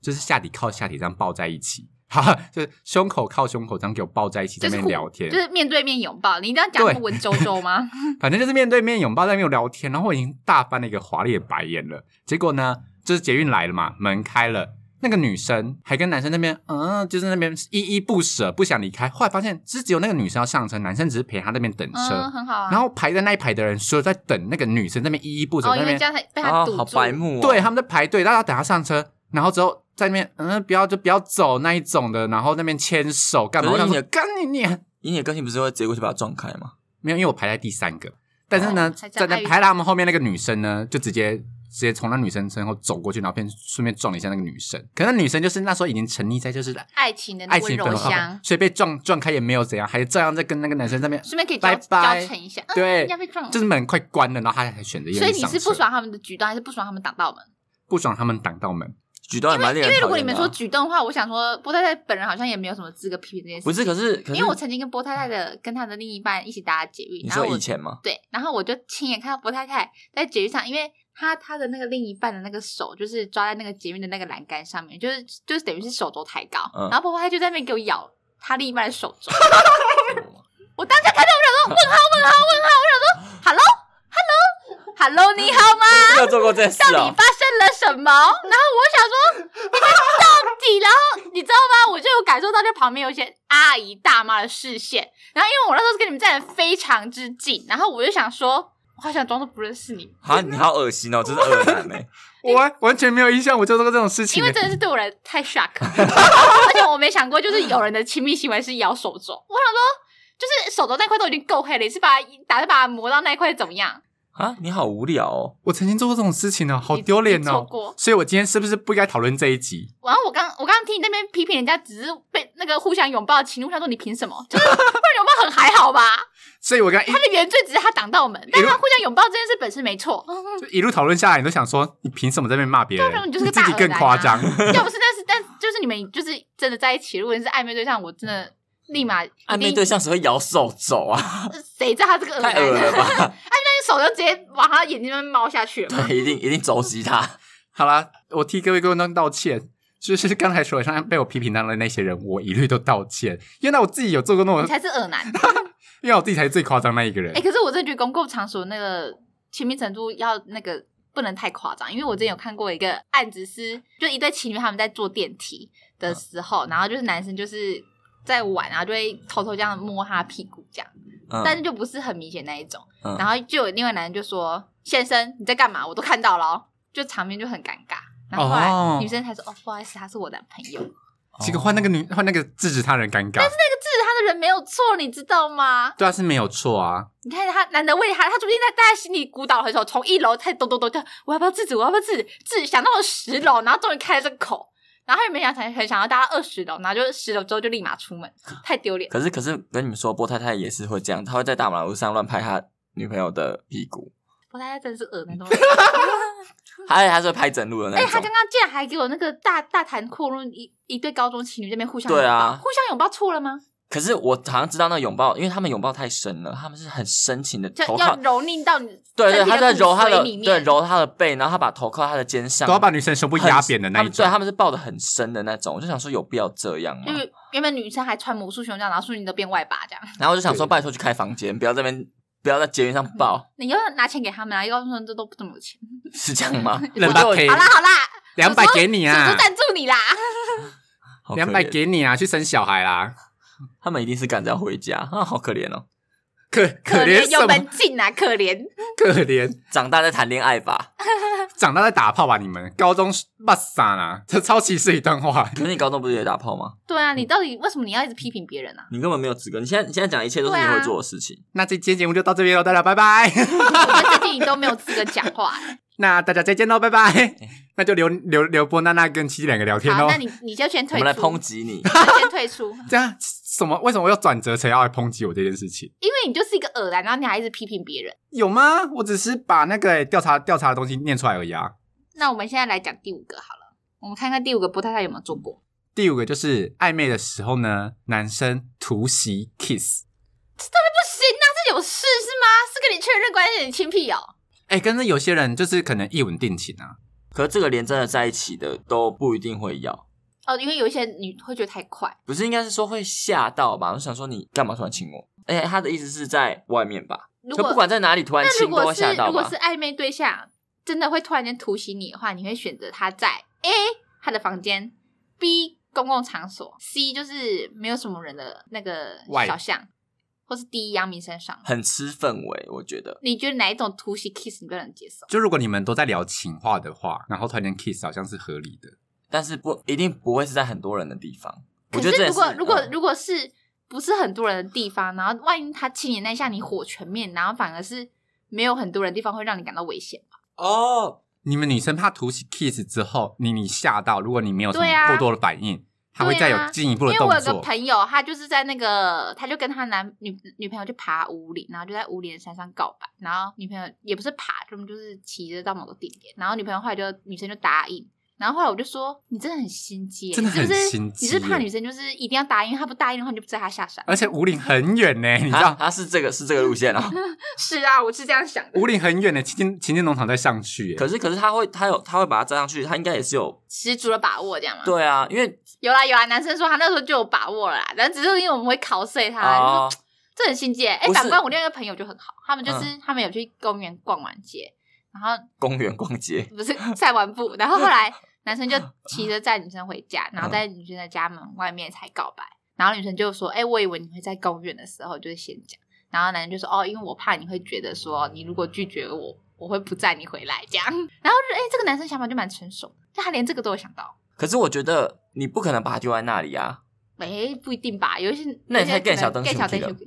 [SPEAKER 2] 就是下体靠下体这样抱在一起，哈，就是胸口靠胸口这样给我抱在一起，在
[SPEAKER 1] 就
[SPEAKER 2] 那
[SPEAKER 1] 是
[SPEAKER 2] 边
[SPEAKER 1] 互
[SPEAKER 2] 聊天，
[SPEAKER 1] 就是面对面拥抱，你一定要讲那么
[SPEAKER 2] 对
[SPEAKER 1] 文绉绉 吗？
[SPEAKER 2] 反正就是面对面拥抱，在那边聊天，然后我已经大翻了一个华丽的白眼了。结果呢，就是捷运来了嘛，门开了，那个女生还跟男生那边，嗯，就是那边依依不舍，不想离开。后来发现，是只有那个女生要上车，男生只是陪她那边等车。
[SPEAKER 1] 嗯，很好啊。
[SPEAKER 2] 然后排在那一排的人，所有在等那个女生那边依依不舍，
[SPEAKER 1] 哦，
[SPEAKER 2] 在
[SPEAKER 1] 因
[SPEAKER 2] 那
[SPEAKER 1] 为
[SPEAKER 2] 边
[SPEAKER 1] 这样才被他
[SPEAKER 3] 啊
[SPEAKER 1] 堵住，，
[SPEAKER 3] 好白目哦！
[SPEAKER 2] 对，他们在排队，大家等他上车，然后之后在那边，嗯，不要就不要走那一种的，然后那边牵手干嘛？
[SPEAKER 3] 可
[SPEAKER 2] 我
[SPEAKER 3] 是
[SPEAKER 2] 想
[SPEAKER 3] 你
[SPEAKER 2] 说，干你你
[SPEAKER 3] 以你的个性不是会直接过去把他撞开吗？
[SPEAKER 2] 没有，因为我排在第三个。但是呢，
[SPEAKER 1] 哦还
[SPEAKER 2] 在
[SPEAKER 1] 在
[SPEAKER 2] 在
[SPEAKER 1] 碍于
[SPEAKER 2] 排在他们后面那个女生呢，就直接直接从那女生身后走过去，然后便顺便撞了一下那个女生。可能女生就是那时候已经沉溺在就是
[SPEAKER 1] 爱情的那
[SPEAKER 2] 爱
[SPEAKER 1] 个温
[SPEAKER 2] 情
[SPEAKER 1] 柔
[SPEAKER 2] 粉红
[SPEAKER 1] 乡，
[SPEAKER 2] 所以被撞撞开也没有怎样，还照样在跟那个男生在那 边，
[SPEAKER 1] 顺便可以交
[SPEAKER 2] 拜拜
[SPEAKER 1] 交成一下。嗯
[SPEAKER 2] 对
[SPEAKER 1] 人家被撞了
[SPEAKER 2] 就，是门快关了，然后他还选择
[SPEAKER 1] 所以
[SPEAKER 2] 愿意
[SPEAKER 1] 你
[SPEAKER 2] 上
[SPEAKER 1] 是
[SPEAKER 2] 车。
[SPEAKER 1] 不爽他们的举动，还是不爽他们挡到门？
[SPEAKER 2] 不爽他们挡到门，
[SPEAKER 3] 举动也蛮令
[SPEAKER 1] 因
[SPEAKER 3] 人
[SPEAKER 1] 为如
[SPEAKER 3] 讨
[SPEAKER 1] 果你
[SPEAKER 3] 厌的
[SPEAKER 1] 们
[SPEAKER 3] 啊
[SPEAKER 1] 说举动的话，我想说波太太本人好像也没有什么资格批评这件事。
[SPEAKER 3] 不是，可是可是，
[SPEAKER 1] 因为我曾经跟波太太的跟她的另一半一起搭捷运，
[SPEAKER 3] 你
[SPEAKER 1] 然后
[SPEAKER 3] 说
[SPEAKER 1] 我
[SPEAKER 3] 以前吗？
[SPEAKER 1] 对，然后我就亲眼看到波太太在捷运上，因为她她的那个另一半的那个手就是抓在那个捷运的那个栏杆上面，就是就是等于是手肘抬高，
[SPEAKER 3] 嗯
[SPEAKER 1] 然后波太太就在那边给我咬她另一半的手肘，我当下看到我想说问号问号问号，我想说 hello hello hello 你好吗？
[SPEAKER 3] 没有做过这事
[SPEAKER 1] 到
[SPEAKER 3] 啊
[SPEAKER 1] 底？发生了什么？ 然后我想说，到底，然后你知道吗？我就有感受到这旁边有一些阿姨大妈的视线，然后因为我那时候跟你们站的非常之近，然后我就想说，我好想装作不认识你，
[SPEAKER 3] 啊，你好恶心哦，真是恶男哎！
[SPEAKER 2] 我完完全没有印象，我就做过这种事情
[SPEAKER 1] 因为
[SPEAKER 2] 欸。
[SPEAKER 1] 真的是对我来太 shock，而且我没想过就是有人的亲密行为是咬手肘，我想说。就是手肘那块都已经够黑了，你是把它打算把它磨到那一块怎么样？
[SPEAKER 3] 啊，你好无聊哦！
[SPEAKER 2] 我曾经做过这种事情呢，好
[SPEAKER 1] 你
[SPEAKER 2] 丢脸
[SPEAKER 1] 你做
[SPEAKER 2] 哦
[SPEAKER 1] 过。
[SPEAKER 2] 所以我今天是不是不该讨论这一集？
[SPEAKER 1] 然后我刚我刚刚听你那边批评人家，只是被那个互相拥抱的情侣，我想说你凭什么？就是互相拥抱很还好吧？
[SPEAKER 2] 所以我刚一
[SPEAKER 1] 他的原罪只是他挡到门，但
[SPEAKER 2] 一
[SPEAKER 1] 他
[SPEAKER 2] 路
[SPEAKER 1] 互相拥抱这件事本身没 错。
[SPEAKER 2] 就一路讨论下来，你都想说，你凭什么在那边骂别
[SPEAKER 1] 对啊
[SPEAKER 2] 人？
[SPEAKER 1] 你就是个
[SPEAKER 2] 自己
[SPEAKER 1] 大
[SPEAKER 2] 更
[SPEAKER 1] 恶男啊
[SPEAKER 2] 夸张。
[SPEAKER 1] 要不是，但是但就是你们就是真的在一起，如果你是暧昧对象，我真的立马
[SPEAKER 3] 暧昧
[SPEAKER 1] 一定
[SPEAKER 3] 啊
[SPEAKER 1] 啊
[SPEAKER 3] 对象谁会咬手 肘啊？
[SPEAKER 1] 谁知道他这个恶
[SPEAKER 3] 太
[SPEAKER 1] 男？
[SPEAKER 3] 恶了
[SPEAKER 1] 暧昧
[SPEAKER 3] 吧？
[SPEAKER 1] 手就直接往他眼睛那边猫下去了嘛。
[SPEAKER 3] 对，一定一定肘击他。
[SPEAKER 2] 好啦，我替各位观众道歉，就是 刚才手上被我批评到的那些人，我一律都道歉，因为我自己有做过那
[SPEAKER 1] 你
[SPEAKER 2] 种，
[SPEAKER 1] 才是恶男。
[SPEAKER 2] 因为我自己才是最夸张那一个人
[SPEAKER 1] 哎、。可是我真的觉得公共场所那个亲密程度要那个不能太夸张，因为我之前有看过一个案子是，就一对情侣他们在坐电梯的时候，然后就是男生就是在玩，然后就会偷偷这样摸他屁股这样。 但
[SPEAKER 3] 嗯，
[SPEAKER 1] 是就不是很明显那一种。
[SPEAKER 3] 嗯
[SPEAKER 1] 然后就有另外男人就说：“先生，你在干嘛？我都看到了、哦。”就场面就很尴尬。然后后
[SPEAKER 2] 哦
[SPEAKER 1] 来女生才说：“哦，不好意思，他是我男朋友。”但
[SPEAKER 2] 结
[SPEAKER 3] 哦
[SPEAKER 2] 果换那个女，
[SPEAKER 1] 哦
[SPEAKER 2] 换那个制止他人尴尬。
[SPEAKER 1] 是他的人没有错，你知道吗？
[SPEAKER 2] 对啊，是没有错啊。
[SPEAKER 1] 你看他难得为他，他注定在大家心里鼓捣了很久，从一楼开始咚咚咚就我要不要制止？我要不要制止？制止想到了十楼，然后终于开了这个口。然后他也没想想很想要搭到二十楼，然后就十楼之后就立马出门，太丢脸。
[SPEAKER 3] 可是可是跟你们说，波太太也是会这样，她会在大马路上乱拍她女朋友的屁 股，
[SPEAKER 1] 我大家真的是恶男 都。
[SPEAKER 3] 还有她是会拍整路的那
[SPEAKER 1] 哎、
[SPEAKER 3] 一
[SPEAKER 1] 他
[SPEAKER 3] 种
[SPEAKER 1] 刚。刚竟然还给我那个大大谈阔论一一对高中情侣这边互相
[SPEAKER 3] 对啊
[SPEAKER 1] 拥抱互相拥抱错了吗？
[SPEAKER 3] 可是我好像知道那拥抱，因为他们拥抱太深了，他们是很深情的
[SPEAKER 1] 就
[SPEAKER 3] 头
[SPEAKER 1] 要
[SPEAKER 3] 靠，
[SPEAKER 1] 蹂�躏到你
[SPEAKER 3] 对对，
[SPEAKER 1] 身体
[SPEAKER 3] 他在揉她
[SPEAKER 1] 骨
[SPEAKER 3] 的
[SPEAKER 1] 髓里面
[SPEAKER 3] 对揉她的背，然后他把头靠她的肩上，
[SPEAKER 2] 都要把女生胸部压扁的那
[SPEAKER 3] 很
[SPEAKER 2] 一
[SPEAKER 3] 他们对，啊
[SPEAKER 2] 种。
[SPEAKER 3] 他们是抱的很深的那种，我就想说有必要这样吗
[SPEAKER 1] 就？是原本女生还穿魔术胸罩，然后瞬间都变外八这样。
[SPEAKER 3] 然后我就想说，
[SPEAKER 2] 对
[SPEAKER 3] 拜托去开房间，不要在那边，不要在捷运上抱，
[SPEAKER 1] 你要拿钱给他们啊，又告诉他们这都不怎么有钱。
[SPEAKER 3] 是这 样吗？
[SPEAKER 2] 冷吧
[SPEAKER 3] 哎
[SPEAKER 2] 赔
[SPEAKER 1] 好啦好啦，
[SPEAKER 2] 两百给你
[SPEAKER 1] 叔
[SPEAKER 2] 啊
[SPEAKER 1] 叔，赞助你啦。
[SPEAKER 3] 好可
[SPEAKER 2] 两百
[SPEAKER 3] 怜，
[SPEAKER 2] 给你啊，去生小孩啦。
[SPEAKER 3] 他们一定是赶着要回家啊，好可怜哦，
[SPEAKER 2] 可可怜什
[SPEAKER 1] 有
[SPEAKER 2] 么
[SPEAKER 1] 门？禁啊，可怜。
[SPEAKER 2] 可怜，
[SPEAKER 3] 长大再谈恋爱吧。
[SPEAKER 2] 长大在打炮吧你们？高中骂啥啦？这超歧视一段话。
[SPEAKER 3] 可是你高中不是也打炮吗？
[SPEAKER 1] 对啊，你到底为什么你要一直批评别人啊？
[SPEAKER 3] 你根本没有资格，你现在你现在讲的一切都是
[SPEAKER 1] 对
[SPEAKER 3] 你
[SPEAKER 1] 啊
[SPEAKER 3] 会做的事情。
[SPEAKER 2] 那这期节目就到这边喽，大家拜拜。
[SPEAKER 1] 我觉得最近你都没有资格讲话、
[SPEAKER 2] 那大家再见喽，拜拜。 那就留留留波娜娜跟七七两个聊天
[SPEAKER 1] 哎好，
[SPEAKER 2] 喽
[SPEAKER 1] 那。你你就先
[SPEAKER 3] 我
[SPEAKER 1] 退
[SPEAKER 3] 们来
[SPEAKER 1] 出，。
[SPEAKER 3] 抨击你
[SPEAKER 1] 你先退出，
[SPEAKER 2] 这样什么？为什么要转折成要来抨击我这件事情？
[SPEAKER 1] 因为你就是一个耳男，然后你还一直批评别人。
[SPEAKER 2] 有吗？我只是把那个欸调查调查的东西念出来而已啊。
[SPEAKER 1] 那我们现在来讲第五个好了，我们看看第五个波太太有没有做过。
[SPEAKER 2] 第五个就是暧昧的时候呢，男生突袭 kiss，
[SPEAKER 1] 不行啊，这有事是吗？是跟你确认关系，你亲屁哦。
[SPEAKER 2] 哎、跟着有些人就是可能一吻定情啊。
[SPEAKER 3] 可是这个连真的在一起的都不一定会要，
[SPEAKER 1] 哦，因为有一些你会觉得太快，
[SPEAKER 3] 不是应该是说会吓到吧？我想说你干嘛突然亲我？哎、他的意思是在外面吧？
[SPEAKER 1] 如
[SPEAKER 3] 就
[SPEAKER 1] 果
[SPEAKER 3] 不管在哪里突然
[SPEAKER 1] 那如
[SPEAKER 3] 亲都
[SPEAKER 1] 果
[SPEAKER 3] 会
[SPEAKER 1] 是
[SPEAKER 3] 吓到
[SPEAKER 1] 如果
[SPEAKER 3] 吧
[SPEAKER 1] 是？暧昧对象真的会突然间突袭你的话，你会选择他在 A 他的房间，B 公共场所，C 就是没有什么人的那个
[SPEAKER 2] 外
[SPEAKER 1] 小巷，或是 D 阳明身上。
[SPEAKER 3] 很吃氛围，我觉得。
[SPEAKER 1] 你觉得哪一种突袭 kiss 你比较能接受？
[SPEAKER 2] 就如果你们都在聊情话的话，然后突然间 kiss 好像是合理的。
[SPEAKER 3] 但是不一定不会是在很多人的地方。我
[SPEAKER 1] 可
[SPEAKER 3] 觉得
[SPEAKER 1] 是
[SPEAKER 3] 这
[SPEAKER 1] 如果
[SPEAKER 3] 也是
[SPEAKER 1] 如果
[SPEAKER 3] 嗯
[SPEAKER 1] 如果是不是很多人的地方，然后万一他亲你那一下你火全面，然后反而是没有很多人的地方会让你感到危险。
[SPEAKER 3] 哦，
[SPEAKER 2] 你们女生怕突袭 kiss 之后，你你吓到，如果你没有什
[SPEAKER 1] 对啊
[SPEAKER 2] 么过多的反应，她会再
[SPEAKER 1] 对啊
[SPEAKER 2] 有进一步
[SPEAKER 1] 因
[SPEAKER 2] 的
[SPEAKER 1] 为
[SPEAKER 2] 动
[SPEAKER 1] 我有个
[SPEAKER 2] 作。
[SPEAKER 1] 朋友，他就是在那个，他就跟他男女女朋友去爬五岭，然后就在五岭山上告白，然后女朋友也不是爬，他们就是骑着到某个地点，然后女朋友后来就女生就答应，然后后来我就说你真的很心机耶，
[SPEAKER 2] 真的很
[SPEAKER 1] 你是不是
[SPEAKER 2] 心机
[SPEAKER 1] 你
[SPEAKER 2] 耶
[SPEAKER 1] 是不是怕女生就是一定要答应，她不答应的话你就不载她下山。
[SPEAKER 2] 而且五岭很远
[SPEAKER 1] 啊
[SPEAKER 2] 呢、你知
[SPEAKER 3] 他
[SPEAKER 2] 道，
[SPEAKER 3] 他啊是这个是这个路线啊。
[SPEAKER 1] 是啊，我是这样想的，
[SPEAKER 2] 五岭很远呢、晴天晴天农场在上去、欸
[SPEAKER 3] 可。是可是他会他有他会把它站上去，他应该也是有
[SPEAKER 1] 十足的把握这样吗？
[SPEAKER 3] 对啊，因为
[SPEAKER 1] 有啦有啦，男生说他那时候就有把握了啦，但只是因为我们会考碎他，就说
[SPEAKER 3] 啊、
[SPEAKER 1] 这很新鲜。哎、
[SPEAKER 3] 不是嗯
[SPEAKER 1] 反观我另外一个朋友就很好，他们就是、他们有去公园逛完街，然后
[SPEAKER 3] 公园逛街
[SPEAKER 1] 不是散完步，然后后来男生就骑着载女生回家，
[SPEAKER 3] 嗯
[SPEAKER 1] 然后在女生的家门外面才告白，然后女生就说：“哎、我以为你会在公园的时候就是先讲。”然后男生就说：“哦，因为我怕你会觉得说你如果拒绝我，我会不载你回来这样。” 然后就哎、这个男生想法就蛮成熟的，就他连这个都有想到。
[SPEAKER 3] 可是我觉得你不可能把它丢在那里啊。
[SPEAKER 1] 哎、不一定吧，有一些
[SPEAKER 3] 那也太
[SPEAKER 1] 更
[SPEAKER 3] gay 小灯
[SPEAKER 1] 更小灯
[SPEAKER 3] Shuki 了
[SPEAKER 1] 就是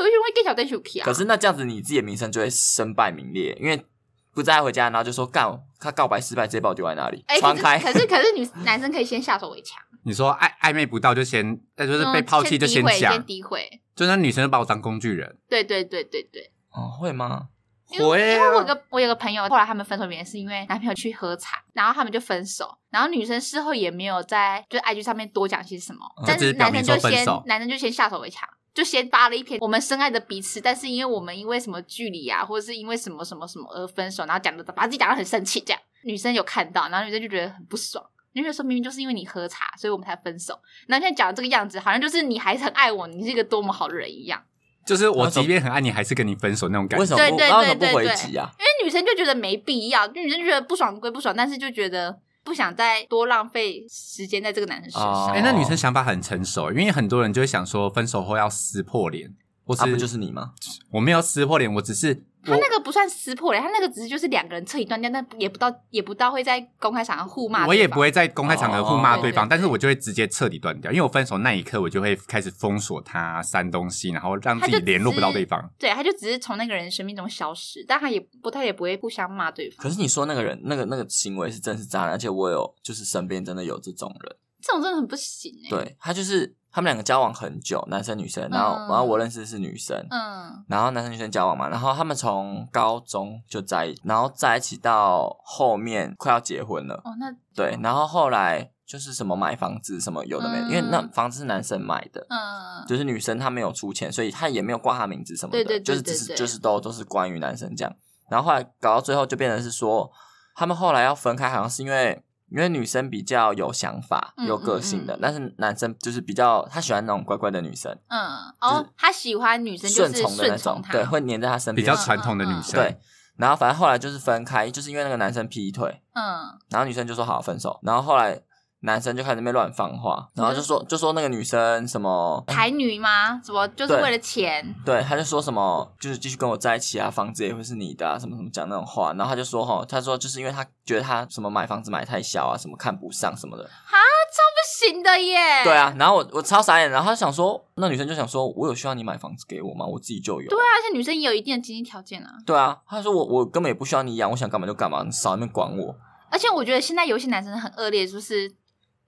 [SPEAKER 1] 有一些人会 gay 小灯 Shuki 啊。
[SPEAKER 3] 可是那这样子你自己的名声就会身败名裂，因为不再回家，然后就说干他告白失败，直接把我丢在那里
[SPEAKER 1] 哎、
[SPEAKER 3] 传开。
[SPEAKER 1] 可是可是可是你男生可以先下手为强，
[SPEAKER 2] 你说暧暧昧不到就先，那就是被
[SPEAKER 1] 嗯
[SPEAKER 2] 抛弃就
[SPEAKER 1] 先诋毁先
[SPEAKER 2] 想，
[SPEAKER 1] 诋毁。
[SPEAKER 2] 就那女生就把我当工具人。
[SPEAKER 1] 对对对对对，
[SPEAKER 3] 哦，会吗？
[SPEAKER 1] 因为
[SPEAKER 2] 会
[SPEAKER 1] 因为我有
[SPEAKER 2] 啊，
[SPEAKER 1] 个我有个朋友，后来他们分手原因是因为男朋友去喝茶，然后他们就分手，然后女生事后也没有在就是 IG 上面多讲些什么，
[SPEAKER 3] 嗯
[SPEAKER 1] 但
[SPEAKER 2] 哦就只
[SPEAKER 1] 是
[SPEAKER 2] 是表
[SPEAKER 1] 男
[SPEAKER 2] 明
[SPEAKER 1] 生
[SPEAKER 2] 说
[SPEAKER 1] 就先
[SPEAKER 2] 分手
[SPEAKER 1] 男生就先下手为强，就先发了一篇我们深爱的彼此，但是因为我们因为什么距离啊，或者是因为什么什么什么而分手，然后讲的把自己讲的很生气，这样女生有看到，然后女生就觉得很不爽。女生说明明就是因为你喝茶，所以我们才分手。然后现在讲的这个样子，好像就是你还是很爱我，你是一个多么好的人一样。
[SPEAKER 2] 就是我即便很爱你，还是跟你分手那种感
[SPEAKER 3] 为
[SPEAKER 2] 觉。
[SPEAKER 3] 什么不
[SPEAKER 1] 对对
[SPEAKER 3] 那为什么
[SPEAKER 1] 对
[SPEAKER 3] 不回
[SPEAKER 1] 对对
[SPEAKER 3] 击啊？
[SPEAKER 1] 因为女生就觉得没必要，就女生就觉得不爽归不爽，但是就觉得不想再多浪费时间在这个男生身
[SPEAKER 3] 哦
[SPEAKER 1] 上。
[SPEAKER 2] 哎、那女生想法很成熟，因为很多人就会想说，分手后要撕破脸，或是、
[SPEAKER 3] 啊，不就是你吗？
[SPEAKER 2] 我没有撕破脸，我只是
[SPEAKER 1] 他
[SPEAKER 2] 我
[SPEAKER 1] 那个不算撕破脸，他那个只是就是两个人彻底断掉，但也不到也不到会在公开场合互骂对方。
[SPEAKER 2] 我也不会在公开场合互骂
[SPEAKER 1] 哦
[SPEAKER 2] 对
[SPEAKER 1] 对对
[SPEAKER 2] 方，
[SPEAKER 1] 对
[SPEAKER 2] 但是我就会直接彻底断掉，因为我分手那一刻，我就会开始封锁他、删东西，然后让自己
[SPEAKER 1] 他就只
[SPEAKER 2] 联络不到对方。
[SPEAKER 1] 对，他就只是从那个人生命中消失，但他也不他也不会互相骂对方。
[SPEAKER 3] 可是你说那个人，那个那个行为是真是渣男，而且我有就是身边真的有这种人，
[SPEAKER 1] 这种真的很不行哎、，
[SPEAKER 3] 对他就是他们两个交往很久，男生女生，然后、
[SPEAKER 1] 嗯
[SPEAKER 3] 然后我认识的是女生，
[SPEAKER 1] 嗯，
[SPEAKER 3] 然后男生女生交往嘛，然后他们从高中就在一起，然后在一起到后面快要结婚了，
[SPEAKER 1] 哦，那
[SPEAKER 3] 对，然后后来就是什么买房子什么有的没的，
[SPEAKER 1] 嗯
[SPEAKER 3] 因为那房子是男生买的。
[SPEAKER 1] 嗯，
[SPEAKER 3] 就是女生她没有出钱，所以她也没有挂她名字什么的，
[SPEAKER 1] 对对对
[SPEAKER 3] 就是
[SPEAKER 1] 对
[SPEAKER 3] 只是
[SPEAKER 1] 对
[SPEAKER 3] 就是都都是关于男生这样。然后后来搞到最后就变成是说，他们后来要分开，好像是因为因为女生比较有想法、
[SPEAKER 1] 嗯
[SPEAKER 3] 有个性的，
[SPEAKER 1] 嗯嗯
[SPEAKER 3] 但是男生就是比较他喜欢那种乖乖的女生，
[SPEAKER 1] 嗯，
[SPEAKER 3] 就
[SPEAKER 1] 哦，他喜欢女生就
[SPEAKER 3] 顺
[SPEAKER 1] 是
[SPEAKER 3] 从的那
[SPEAKER 1] 顺
[SPEAKER 3] 种
[SPEAKER 1] 从，他，
[SPEAKER 3] 对，会黏在他身
[SPEAKER 2] 比
[SPEAKER 3] 边，
[SPEAKER 2] 较传统的女生，
[SPEAKER 3] 对。然后反正后来就是分开，就是因为那个男生劈腿，
[SPEAKER 1] 嗯，
[SPEAKER 3] 然后女生就说好分手，然后后来男生就开始在那边乱放话，然后就
[SPEAKER 1] 嗯
[SPEAKER 3] 说就说那个女生什么，
[SPEAKER 1] 台女吗？怎么就是
[SPEAKER 3] 对
[SPEAKER 1] 为了钱？
[SPEAKER 3] 对，他就说什么就是继续跟我在一起啊，房子也会是你的啊，什么什么讲那种话，然后他就说哈，他说就是因为他觉得他什么买房子买太小啊，什么看不上什么的，
[SPEAKER 1] 不行的耶。
[SPEAKER 3] 对啊，，然后我我超傻眼，然后他就想说那女生就想说我有需要你买房子给我吗？我自己就有，
[SPEAKER 1] 对啊，而且女生也有一定的经济条件啊。
[SPEAKER 3] 对啊，他说我我根本也不需要你养，我想干嘛就干嘛，你少在那边管我，
[SPEAKER 1] 而且我觉得现在有一些男生很恶劣，就是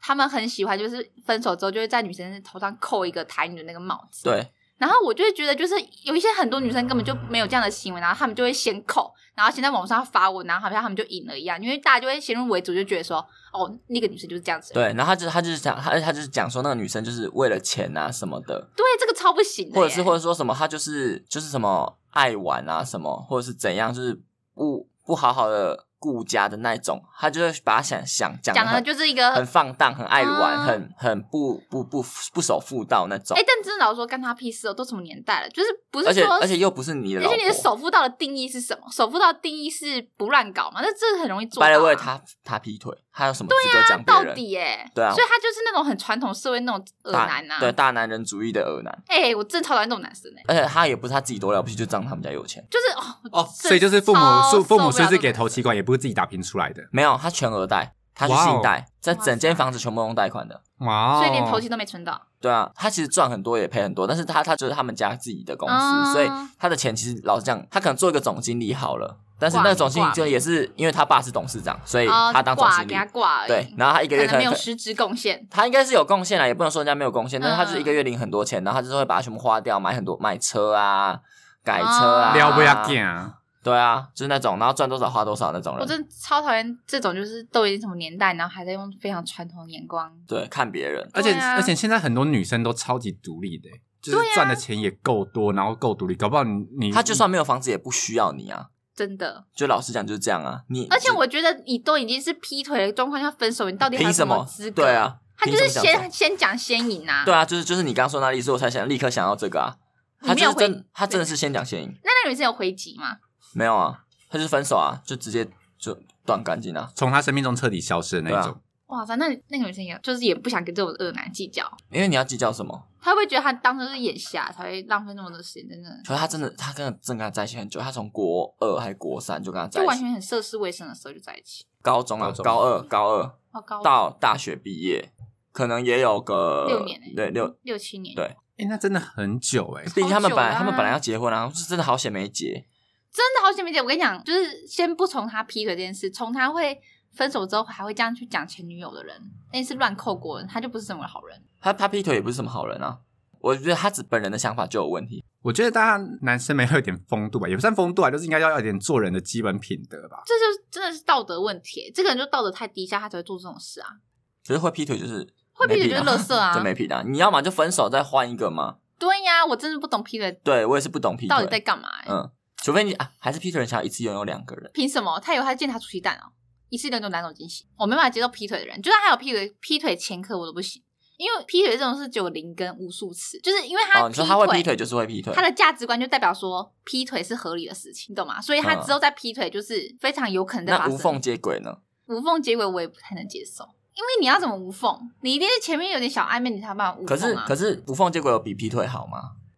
[SPEAKER 1] 他们很喜欢，就是分手之后就会在女生头上扣一个台女的那个帽子。
[SPEAKER 3] 对，
[SPEAKER 1] 然后我就会觉得，就是有一些很多女生根本就没有这样的行为，然后他们就会先扣，然后先在网上发文，然后好像他们就赢了一样，因为大家就会先入为主，就觉得说，哦，那个女生就是这样子。
[SPEAKER 3] 对，然后他就他就是讲他他就是讲说那个女生就是为了钱啊什么的，
[SPEAKER 1] 对，这个超不行的耶，
[SPEAKER 3] 或者是或者说什么他就是就是什么爱玩啊什么，或者是怎样，就是不不好好的顾家的那种，他就是把他想想讲得
[SPEAKER 1] 讲的
[SPEAKER 3] 很
[SPEAKER 1] 就是一个
[SPEAKER 3] 很放荡，很爱玩，
[SPEAKER 1] 嗯
[SPEAKER 3] 很很不不不不守妇道那种
[SPEAKER 1] 哎、，但真的老实说干他屁事哦，都什么年代了，就是不是
[SPEAKER 3] 而且
[SPEAKER 1] 说，
[SPEAKER 3] 而且又不是你的
[SPEAKER 1] 而
[SPEAKER 3] 老
[SPEAKER 1] 且你的
[SPEAKER 3] 婆。
[SPEAKER 1] 首付到的定义是什么？首付到的定义是不乱搞嘛？那这很容易做到、
[SPEAKER 3] 拜
[SPEAKER 1] 啊。
[SPEAKER 3] 了为他他劈腿，他有什么资格讲别
[SPEAKER 1] 到
[SPEAKER 3] 人？
[SPEAKER 1] 底耶、
[SPEAKER 3] 对啊
[SPEAKER 1] 所以他就是那种很传统社会那种恶
[SPEAKER 3] 大
[SPEAKER 1] 男呐、啊
[SPEAKER 3] 对，大男人主义的恶男，
[SPEAKER 1] 哎、我真的超讨厌这种男生哎、
[SPEAKER 3] 而且他也不是他自己多了不起，就仗他们家有钱，
[SPEAKER 1] 就是哦
[SPEAKER 2] 哦，
[SPEAKER 1] 这
[SPEAKER 2] 所以就是父母
[SPEAKER 1] 超
[SPEAKER 2] 父父
[SPEAKER 1] 受
[SPEAKER 2] 母
[SPEAKER 1] 不
[SPEAKER 2] 是
[SPEAKER 1] 了
[SPEAKER 2] 不是
[SPEAKER 1] 这
[SPEAKER 2] 给
[SPEAKER 1] 种
[SPEAKER 2] 头期款，也不是自己打拼出来的？
[SPEAKER 3] 没有，他全额贷，他是
[SPEAKER 2] 哇哦
[SPEAKER 3] 信贷，这
[SPEAKER 1] 哇
[SPEAKER 3] 整间
[SPEAKER 1] 塞
[SPEAKER 3] 房子全部用贷款的。
[SPEAKER 2] 哇哦，
[SPEAKER 1] 所以连头期都没存到。
[SPEAKER 3] 对啊，他其实赚很多也赔很多，但是他他就是他们家自己的公司，
[SPEAKER 1] 啊
[SPEAKER 3] 所以他的钱其实老实讲，他可能做一个总经理好了，但是
[SPEAKER 1] 挂
[SPEAKER 3] 那个总经理
[SPEAKER 1] 挂
[SPEAKER 3] 就也是因为他爸是董事长，所以
[SPEAKER 1] 哦，
[SPEAKER 3] 哎他当总
[SPEAKER 1] 挂
[SPEAKER 3] 经理
[SPEAKER 1] 给，他挂而已，
[SPEAKER 3] 对，然后他一个
[SPEAKER 1] 可
[SPEAKER 3] 月
[SPEAKER 1] 能没有实质贡献。
[SPEAKER 3] 他应该是有贡献啦，也不能说人家没有贡献，但是他就是
[SPEAKER 1] 嗯
[SPEAKER 3] 一个月领很多钱，然后他就是会把它全部花掉，买很多买车啊。改车啊，
[SPEAKER 1] 哦
[SPEAKER 2] 撩不要见啊！
[SPEAKER 3] 对啊，就是那种，然后赚多少花多少那种
[SPEAKER 1] 我
[SPEAKER 3] 人。
[SPEAKER 1] 真的超讨厌这种，就是都已经什么年代，然后还在用非常传统的眼光。
[SPEAKER 3] 对，看别人，
[SPEAKER 2] 而且
[SPEAKER 1] 对啊啊
[SPEAKER 2] 而且现在很多女生都超级独立的欸，就是赚的钱也够多，然后够独立，搞不好你你
[SPEAKER 3] 他就算没有房子也不需要你啊。
[SPEAKER 1] 真的，
[SPEAKER 3] 就老实讲就是这样啊，你
[SPEAKER 1] 而且我觉得你都已经是劈腿的状况下分手，你到底还有
[SPEAKER 3] 凭什
[SPEAKER 1] 么
[SPEAKER 3] 么
[SPEAKER 1] 资？格？
[SPEAKER 3] 对，啊，
[SPEAKER 1] 他就是
[SPEAKER 3] 凭什么这样
[SPEAKER 1] 先先讲先赢啊。
[SPEAKER 3] 对啊，就是就是你刚刚说那例子，所以我才想立刻想到这个啊。
[SPEAKER 1] 你
[SPEAKER 3] 他
[SPEAKER 1] 没有
[SPEAKER 3] 就是
[SPEAKER 1] 回
[SPEAKER 3] 真，他真的是先讲先赢，
[SPEAKER 1] 那那个女生有回击吗？
[SPEAKER 3] 没有啊，他就是分手啊，就直接就断干净啊。
[SPEAKER 2] 从她生命中彻底消失的那一种。
[SPEAKER 1] 哇塞，那那个女生也就是也不想跟这种恶男计较，
[SPEAKER 3] 因为你要计较什么？
[SPEAKER 1] 她会不会觉得她当初是眼瞎，才会浪费那么多时间在那，
[SPEAKER 3] 可是他真的，他跟真的跟他在一起很久，他从国二还国三就跟他在
[SPEAKER 1] 就
[SPEAKER 3] 一
[SPEAKER 1] 完
[SPEAKER 3] 起，
[SPEAKER 1] 全很涉世未深的时候就在一起。
[SPEAKER 3] 高中啊
[SPEAKER 2] 高，中
[SPEAKER 3] 高二，高二
[SPEAKER 1] 好高
[SPEAKER 3] 到大学毕业，可能也有个
[SPEAKER 1] 六年欸
[SPEAKER 3] 对六，
[SPEAKER 1] 六七年，
[SPEAKER 3] 对
[SPEAKER 2] 哎、那真的很久哎、
[SPEAKER 3] 毕竟他们本来
[SPEAKER 1] 啦
[SPEAKER 3] 他们本来要结婚啊，是真的好险没结。
[SPEAKER 1] 真的好久没见。我跟你讲，就是先不从他劈腿这件事，从他会分手之后还会这样去讲前女友的人，那是乱扣过人，他就不是什么好人。
[SPEAKER 3] 他他劈腿也不是什么好人啊，我觉得他只本人的想法就有问题。
[SPEAKER 2] 我觉得大家男生没有一点风度吧，也不算风度啊，就是应该要有一点做人的基本品德吧。
[SPEAKER 1] 这就真的是道德问题，欸这个人就道德太低下，他才会做这种事啊。
[SPEAKER 3] 可是会劈腿就是
[SPEAKER 1] 会劈腿就是
[SPEAKER 3] 没
[SPEAKER 1] 垃
[SPEAKER 3] 品
[SPEAKER 1] 圾啊
[SPEAKER 3] 就没劈的啊、你要么就分手再换一个嘛。
[SPEAKER 1] 对呀、我真的不懂劈腿
[SPEAKER 3] 对我也是不懂劈腿，
[SPEAKER 1] 到底在干嘛、欸。
[SPEAKER 3] 嗯，除非你啊，还是劈腿人想要一次拥有两个人，
[SPEAKER 1] 凭什么？他以为他是见他出鸡蛋哦，一次两种两种惊喜，我没办法接受劈腿的人，就算他有劈腿劈腿前科我都不行，因为劈腿这种事只有零跟无数次，就是因为他
[SPEAKER 3] 哦，你说他会劈腿就是会劈腿，
[SPEAKER 1] 他的价值观就代表说劈腿是合理的事情，你懂吗？所以他之后再劈腿就是非常有可能再发
[SPEAKER 3] 嗯那
[SPEAKER 1] 生
[SPEAKER 3] 无缝接轨呢？
[SPEAKER 1] 无缝接轨，我也不太能接受，因为你要怎么无缝？你一定是前面有点小暧昧，你才有办法无
[SPEAKER 3] 可是
[SPEAKER 1] 缝啊。
[SPEAKER 3] 可是无缝接轨有比劈腿好吗？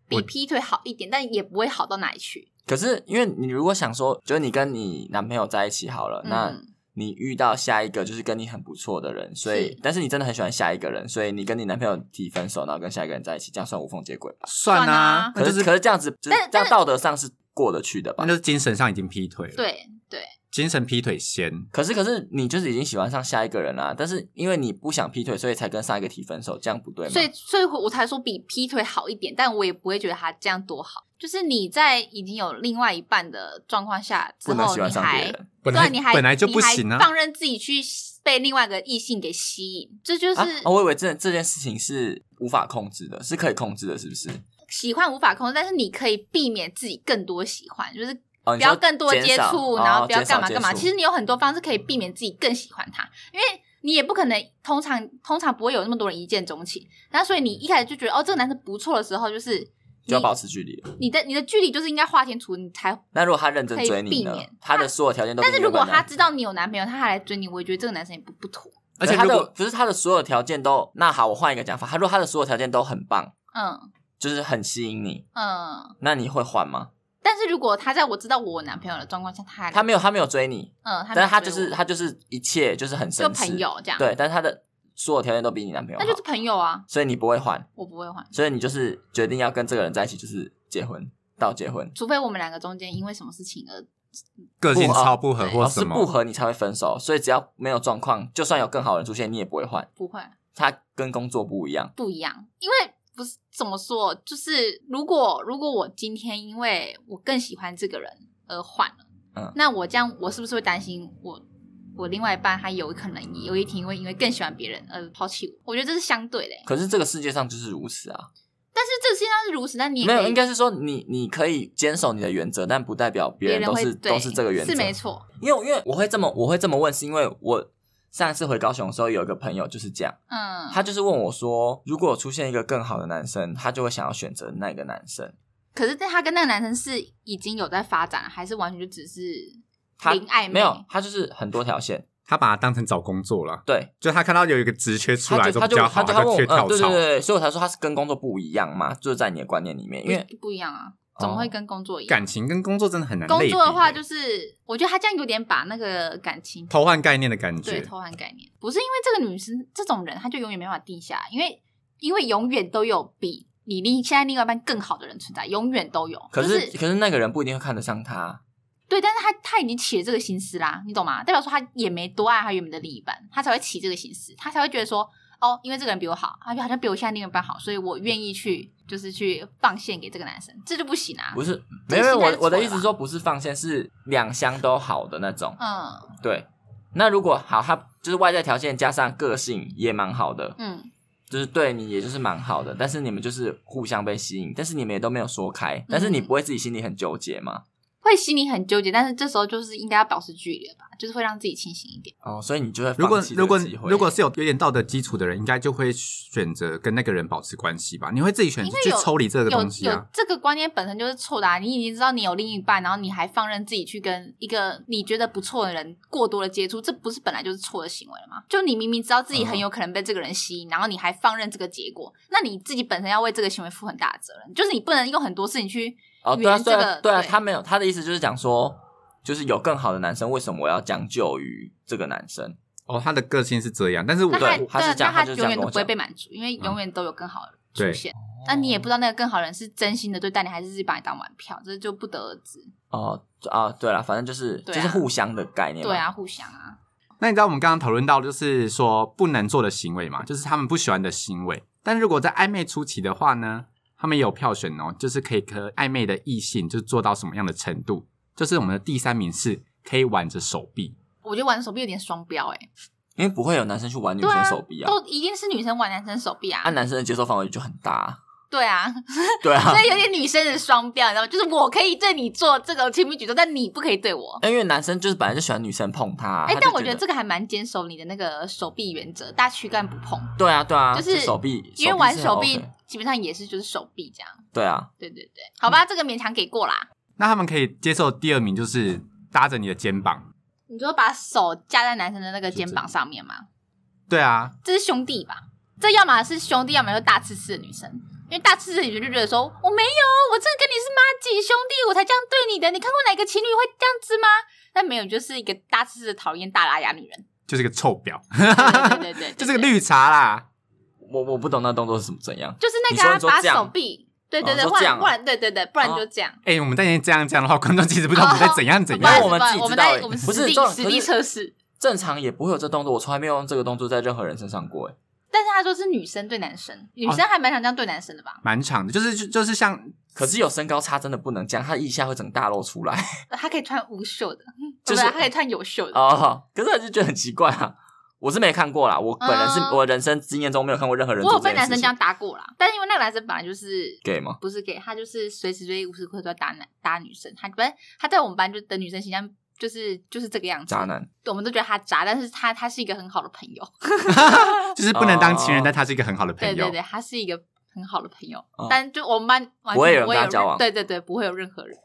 [SPEAKER 1] 比劈腿好一点，但也不会好到哪里去。
[SPEAKER 3] 可是因为你如果想说，就是你跟你男朋友在一起好了，那
[SPEAKER 1] 嗯、
[SPEAKER 3] 你遇到下一个就是跟你很不错的人，所以
[SPEAKER 1] 是
[SPEAKER 3] 但是你真的很喜欢下一个人，所以你跟你男朋友提分手，然后跟下一个人在一起，这样算无缝接轨吧？
[SPEAKER 2] 算
[SPEAKER 1] 算
[SPEAKER 2] 啊
[SPEAKER 1] 啊，
[SPEAKER 2] 那
[SPEAKER 3] 可
[SPEAKER 2] 就是
[SPEAKER 3] 可
[SPEAKER 2] 是
[SPEAKER 3] 是这样子，就是
[SPEAKER 1] 但
[SPEAKER 3] 这
[SPEAKER 1] 但
[SPEAKER 3] 样道德上是过得去的吧
[SPEAKER 2] 那？就是精神上已经劈腿了，，
[SPEAKER 1] 对对，
[SPEAKER 2] 精神劈腿先。
[SPEAKER 3] 可是可是你就是已经喜欢上下一个人啦、但是因为你不想劈腿，所以才跟上一个提分手，这样不对吗？
[SPEAKER 1] 所以所以我才说比劈腿好一点，但我也不会觉得他这样多好。就是你在已经有另外一半的状况下之
[SPEAKER 3] 不能
[SPEAKER 1] 后，
[SPEAKER 3] 喜欢
[SPEAKER 1] 你
[SPEAKER 3] 上
[SPEAKER 1] 还
[SPEAKER 3] 别人。
[SPEAKER 2] 本
[SPEAKER 1] 对啊，
[SPEAKER 2] 来
[SPEAKER 1] 你还
[SPEAKER 2] 本来就不行
[SPEAKER 1] 你还
[SPEAKER 2] 啊，
[SPEAKER 1] 放任自己去被另外一个异性给吸引，这就是、
[SPEAKER 3] 啊，哦我以为这这件事情是无法控制的，是可以控制的，是不是？
[SPEAKER 1] 喜欢无法控制，但是你可以避免自己更多喜欢，就是
[SPEAKER 3] 哦，
[SPEAKER 1] 不
[SPEAKER 3] 你说
[SPEAKER 1] 要更多接
[SPEAKER 3] 减少
[SPEAKER 1] 触，
[SPEAKER 3] 哦
[SPEAKER 1] 然后不要
[SPEAKER 3] 减少
[SPEAKER 1] 干嘛干嘛。
[SPEAKER 3] 接触
[SPEAKER 1] 其实你有很多方式可以避免自己更喜欢他，因为你也不可能通常通常不会有那么多人一见钟情，然后所以你一开始就觉得哦这个男生不错的时候，就是
[SPEAKER 3] 就要保持距离了。
[SPEAKER 1] 你的你的距离就是应该画天除，你才。
[SPEAKER 3] 那如果他认真
[SPEAKER 1] 可以
[SPEAKER 3] 追你
[SPEAKER 1] 避
[SPEAKER 3] 呢
[SPEAKER 1] 免？
[SPEAKER 3] 他的所有条件都
[SPEAKER 1] 但是如果他
[SPEAKER 3] 知
[SPEAKER 1] 知道你有男朋友，他还来追你，我也觉得这个男生也不不妥。
[SPEAKER 2] 而且
[SPEAKER 3] 他
[SPEAKER 2] 如
[SPEAKER 3] 的
[SPEAKER 2] 果
[SPEAKER 3] 不是他的所有条件都那好，我换一个讲法，他如果他的所有条件都很棒，
[SPEAKER 1] 嗯
[SPEAKER 3] 就是很吸引你，
[SPEAKER 1] 嗯，
[SPEAKER 3] 那你会换吗？
[SPEAKER 1] 但是如果他在我知道我有男朋友的状况下，他还来
[SPEAKER 3] 他没有他没有追你，
[SPEAKER 1] 嗯，他没有
[SPEAKER 3] 但是他
[SPEAKER 1] 追
[SPEAKER 3] 就
[SPEAKER 1] 我
[SPEAKER 3] 是他就是一切就是很绅
[SPEAKER 1] 就
[SPEAKER 3] 士，
[SPEAKER 1] 朋友这样，，
[SPEAKER 3] 对，但是他的所有条件都比你男朋友好
[SPEAKER 1] 那，就是朋友啊，
[SPEAKER 3] 所以你不会换。
[SPEAKER 1] 我不会换，
[SPEAKER 3] 所以你就是决定要跟这个人在一起，就是结婚到结婚。
[SPEAKER 1] 除非我们两个中间因为什么事情而嗯
[SPEAKER 2] 个性超不
[SPEAKER 1] 不
[SPEAKER 2] 合
[SPEAKER 1] 啊
[SPEAKER 2] 或
[SPEAKER 3] 哦
[SPEAKER 2] 什
[SPEAKER 3] 是
[SPEAKER 2] 么，
[SPEAKER 3] 不合你才会分手，所以只要没有状况，就算有更好的人出现，你也不会换。
[SPEAKER 1] 不会
[SPEAKER 3] 他跟工作不一样，
[SPEAKER 1] 不一样，因为不是怎么说，就是如果如果我今天因为我更喜欢这个人而换了，
[SPEAKER 3] 嗯
[SPEAKER 1] 那我这样我是不是会担心我我另外一半他有可能有一天会因为更喜欢别人而抛弃我？我觉得这是相对的欸、
[SPEAKER 3] 可是这个世界上就是如此啊。
[SPEAKER 1] 但是这个世界上是如此，但你也
[SPEAKER 3] 没
[SPEAKER 1] 可
[SPEAKER 3] 有，
[SPEAKER 1] 以
[SPEAKER 3] 应该是说你你可以坚守你的原则，但不代表别
[SPEAKER 1] 别
[SPEAKER 3] 人
[SPEAKER 1] 人
[SPEAKER 3] 都
[SPEAKER 1] 会
[SPEAKER 3] 是
[SPEAKER 1] 对
[SPEAKER 3] 都是这个原则。
[SPEAKER 1] 是没错，
[SPEAKER 3] 因为因为我会这么我会这么问，是因为我上一次回高雄的时候，有一个朋友就是这样，
[SPEAKER 1] 嗯，
[SPEAKER 3] 他就是问我说，如果出现一个更好的男生，他就会想要选择那个男生。
[SPEAKER 1] 可是但他跟那个男生是已经有在发展了，还是完全就只是
[SPEAKER 3] 他
[SPEAKER 1] 零暧昧？
[SPEAKER 3] 没有，他就是很多条线，
[SPEAKER 2] 他把它当成找工作了。
[SPEAKER 3] 对，
[SPEAKER 2] 就他看到有一个职缺出
[SPEAKER 3] 他
[SPEAKER 2] 来
[SPEAKER 3] 就
[SPEAKER 2] 说
[SPEAKER 3] 他
[SPEAKER 2] 比
[SPEAKER 3] 就
[SPEAKER 2] 较
[SPEAKER 3] 他
[SPEAKER 2] 好，
[SPEAKER 3] 就他问
[SPEAKER 2] 就
[SPEAKER 3] 我，
[SPEAKER 2] 去
[SPEAKER 3] 嗯，
[SPEAKER 2] 跳
[SPEAKER 3] 对对
[SPEAKER 2] 槽。
[SPEAKER 3] 对，所以我才说他是跟工作不一样嘛，就是在你的观念里面，因为哦
[SPEAKER 1] 不不一样啊，怎么会跟工作一样？
[SPEAKER 2] 感情跟工作真的很难类比。
[SPEAKER 1] 工作的话，就是我觉得他这样有点把那个感情
[SPEAKER 2] 偷换概念的感
[SPEAKER 1] 对
[SPEAKER 2] 觉，
[SPEAKER 1] 偷换概念，不是因为这个女生这种人，她就永远没办法定下来，因为因为永远都有比你另现在另外一半更好的人存在，永远都有。
[SPEAKER 3] 可
[SPEAKER 1] 就是
[SPEAKER 3] 可是那个人不一定会看得上他，啊
[SPEAKER 1] 对，但是他他已经起了这个心思啦，你懂吗？代表说他也没多爱他原本的另一半，他才会起这个心思，他才会觉得说，哦，因为这个人比我好，他就好像比我现在另一半好，所以我愿意去就是去放线给这个男生，这就不行啊。
[SPEAKER 3] 不是，
[SPEAKER 1] 这
[SPEAKER 3] 没
[SPEAKER 1] 个
[SPEAKER 3] 有没
[SPEAKER 1] 心态
[SPEAKER 3] 有我
[SPEAKER 1] 是
[SPEAKER 3] 我的
[SPEAKER 1] 错
[SPEAKER 3] 意
[SPEAKER 1] 的
[SPEAKER 3] 思
[SPEAKER 1] 吧
[SPEAKER 3] 说不是放线，是两厢都好的那种，
[SPEAKER 1] 嗯
[SPEAKER 3] 对。那如果好，他就是外在条件加上个性也蛮好的，
[SPEAKER 1] 嗯，
[SPEAKER 3] 就是对你也就是蛮好的，但是你们就是互相被吸引，但是你们也都没有说开，但
[SPEAKER 1] 嗯
[SPEAKER 3] 是你不会自己心里很纠结吗？
[SPEAKER 1] 会心里很纠结，但是这时候就是应该要保持距离了吧，就是会让自己清醒一点。
[SPEAKER 3] 哦，所以你就会
[SPEAKER 2] 如果
[SPEAKER 3] 放弃这
[SPEAKER 2] 如
[SPEAKER 3] 个
[SPEAKER 2] 果
[SPEAKER 3] 机会
[SPEAKER 2] 如果是有有点道德基础的人，应该就会选择跟那个人保持关系吧？你会自己选
[SPEAKER 1] 因
[SPEAKER 2] 择
[SPEAKER 1] 为
[SPEAKER 2] 去
[SPEAKER 1] 有
[SPEAKER 2] 抽离这个
[SPEAKER 1] 有
[SPEAKER 2] 东西
[SPEAKER 1] 有
[SPEAKER 2] 啊？
[SPEAKER 1] 这个观念本身就是错的、啊，你已经知道你有另一半，然后你还放任自己去跟一个你觉得不错的人过多的接触，这不是本来就是错的行为了吗？就你明明知道自己
[SPEAKER 3] 嗯
[SPEAKER 1] 很有可能被这个人吸引，然后你还放任这个结果，那你自己本身要为这个行为负很大的责任，就是你不能用很多事情去
[SPEAKER 3] 哦，对啊，
[SPEAKER 1] 圆
[SPEAKER 3] 对
[SPEAKER 1] 这
[SPEAKER 3] 啊，
[SPEAKER 1] 个
[SPEAKER 3] 对啊，
[SPEAKER 1] 对
[SPEAKER 3] 他没有他的意思就是讲说，就是有更好的男生，为什么我要将就于这个男生？
[SPEAKER 2] 哦，他的个性是这样，但是我
[SPEAKER 1] 那他
[SPEAKER 3] 对
[SPEAKER 1] 对，
[SPEAKER 3] 他是这样
[SPEAKER 1] 那
[SPEAKER 3] 他就是
[SPEAKER 1] 永
[SPEAKER 3] 这样
[SPEAKER 1] 远
[SPEAKER 3] 跟
[SPEAKER 1] 都
[SPEAKER 3] 我
[SPEAKER 1] 不会
[SPEAKER 3] 讲嗯
[SPEAKER 1] 被满足，因为永远都有更好的
[SPEAKER 2] 对
[SPEAKER 1] 出现。那你也不知道那个更好的人是真心的对待你，还是是把你当玩票，这就不得而知。
[SPEAKER 3] 哦啊，对了，反正就是、
[SPEAKER 1] 对啊
[SPEAKER 3] 就是互相的概念嘛。
[SPEAKER 1] 对啊，互相啊，
[SPEAKER 2] 那你知道我们刚刚讨论到，就是说不能做的行为嘛，就是他们不喜欢的行为。但如果在暧昧初期的话呢，他们也有票选哦，就是可以和暧昧的异性就做到什么样的程度？就是我们的第三名是可以挽着手臂，
[SPEAKER 1] 我觉得玩手臂有点双标哎、欸
[SPEAKER 3] 因为不会有男生去玩女
[SPEAKER 1] 对
[SPEAKER 3] 生手臂啊，
[SPEAKER 1] 都一定是女生玩男生手臂啊。
[SPEAKER 3] 按、男生的接受范围就很大、啊。
[SPEAKER 1] 对 啊，
[SPEAKER 3] 对 啊
[SPEAKER 1] 所，以有点女生的双标，你知道吗？就是我可以对你做这个亲密举动，但你不可以对我。
[SPEAKER 3] 因为男生就是本来就喜欢女生碰他、啊。
[SPEAKER 1] 哎、
[SPEAKER 3] 啊他就
[SPEAKER 1] 但我觉
[SPEAKER 3] 觉
[SPEAKER 1] 得这个还蛮坚守你的那个手臂原则，大躯干不碰，
[SPEAKER 3] 对啊对啊，
[SPEAKER 1] 就
[SPEAKER 3] 就是手臂，
[SPEAKER 1] 因为玩
[SPEAKER 3] 是很
[SPEAKER 1] 手臂
[SPEAKER 3] 哦 OK
[SPEAKER 1] 基本上也是就是手臂这样。
[SPEAKER 3] 对啊，
[SPEAKER 1] 对对对，好吧，这个勉强给过啦。
[SPEAKER 2] 那他们可以接受第二名就是搭着你的肩膀。
[SPEAKER 1] 你就把手架在男生的那个肩膀上面嘛，
[SPEAKER 2] 对啊，
[SPEAKER 1] 这是兄弟吧？这要么是兄弟，要么就大刺刺的女生，因为大刺刺的女生就觉得说我没有，我真的跟你是妈几兄弟，我才这样对你的。你看过哪个情侣会这样子吗？但没有，就是一个大刺刺的讨厌大拉雅女人。
[SPEAKER 2] 就是个臭婊，
[SPEAKER 1] 对对对对，对
[SPEAKER 2] 就是个，绿茶啦。
[SPEAKER 3] 我我不懂那动作是什么怎样。
[SPEAKER 1] 就是那个、啊、
[SPEAKER 3] 你说你说
[SPEAKER 1] 把
[SPEAKER 3] 这样
[SPEAKER 1] 手臂，对对对，
[SPEAKER 3] 哦
[SPEAKER 1] 不
[SPEAKER 3] 说这
[SPEAKER 1] 然
[SPEAKER 3] 样啊
[SPEAKER 1] 不然对对对，不然就这样。
[SPEAKER 2] 哎、我们在这样讲的话，观众其实不知道我们在怎样怎
[SPEAKER 1] 不好意
[SPEAKER 2] 样。
[SPEAKER 1] 思
[SPEAKER 3] 我们
[SPEAKER 1] 不好
[SPEAKER 3] 自己
[SPEAKER 1] 意思我们在
[SPEAKER 3] 知道欸
[SPEAKER 1] 我们
[SPEAKER 3] 不
[SPEAKER 1] 实
[SPEAKER 3] 是
[SPEAKER 1] 地
[SPEAKER 3] 重点
[SPEAKER 1] 实
[SPEAKER 3] 可
[SPEAKER 1] 地
[SPEAKER 3] 是
[SPEAKER 1] 测试，
[SPEAKER 3] 正常也不会有这动作，我从来没有用这个动作在任何人身上过。哎
[SPEAKER 1] 但是他说是女生对男生，女生还蛮想这样对男生的吧？
[SPEAKER 2] 蛮长的，就是就就是像
[SPEAKER 3] 可是有身高差真的不能这样，他腋下会整大露出来。
[SPEAKER 1] 她可以穿无袖的，对
[SPEAKER 3] 就是
[SPEAKER 1] 不对？她可以穿有袖的。
[SPEAKER 3] 哦，可是我就觉得很奇怪啊。我是没看过啦，我本人是、
[SPEAKER 1] 嗯
[SPEAKER 3] 我人生经验中没有看过任何人
[SPEAKER 1] 我
[SPEAKER 3] 做
[SPEAKER 1] 有
[SPEAKER 3] 这
[SPEAKER 1] 被
[SPEAKER 3] 件
[SPEAKER 1] 男
[SPEAKER 3] 事
[SPEAKER 1] 生这
[SPEAKER 3] 情
[SPEAKER 1] 样。打过啦，但是因为那个男生本来就是。
[SPEAKER 3] 给吗？
[SPEAKER 1] 不是给他，就是随时随地无时无刻都要打男打女生。他反正他在我们班就的女生形象就是就是这个样子，
[SPEAKER 3] 渣男，
[SPEAKER 1] 我们都觉得他渣，但是他他是一个很好的朋友，
[SPEAKER 2] 就是不能当情人，
[SPEAKER 3] 哦
[SPEAKER 2] 但他是一个很好的朋
[SPEAKER 1] 对
[SPEAKER 2] 友。
[SPEAKER 1] 对对，他是一个很好的朋友，
[SPEAKER 3] 哦
[SPEAKER 1] 但就我们班完全
[SPEAKER 3] 不会有人
[SPEAKER 1] 不会
[SPEAKER 3] 跟他
[SPEAKER 1] 有
[SPEAKER 3] 交往
[SPEAKER 1] 对对对，不会有任何人。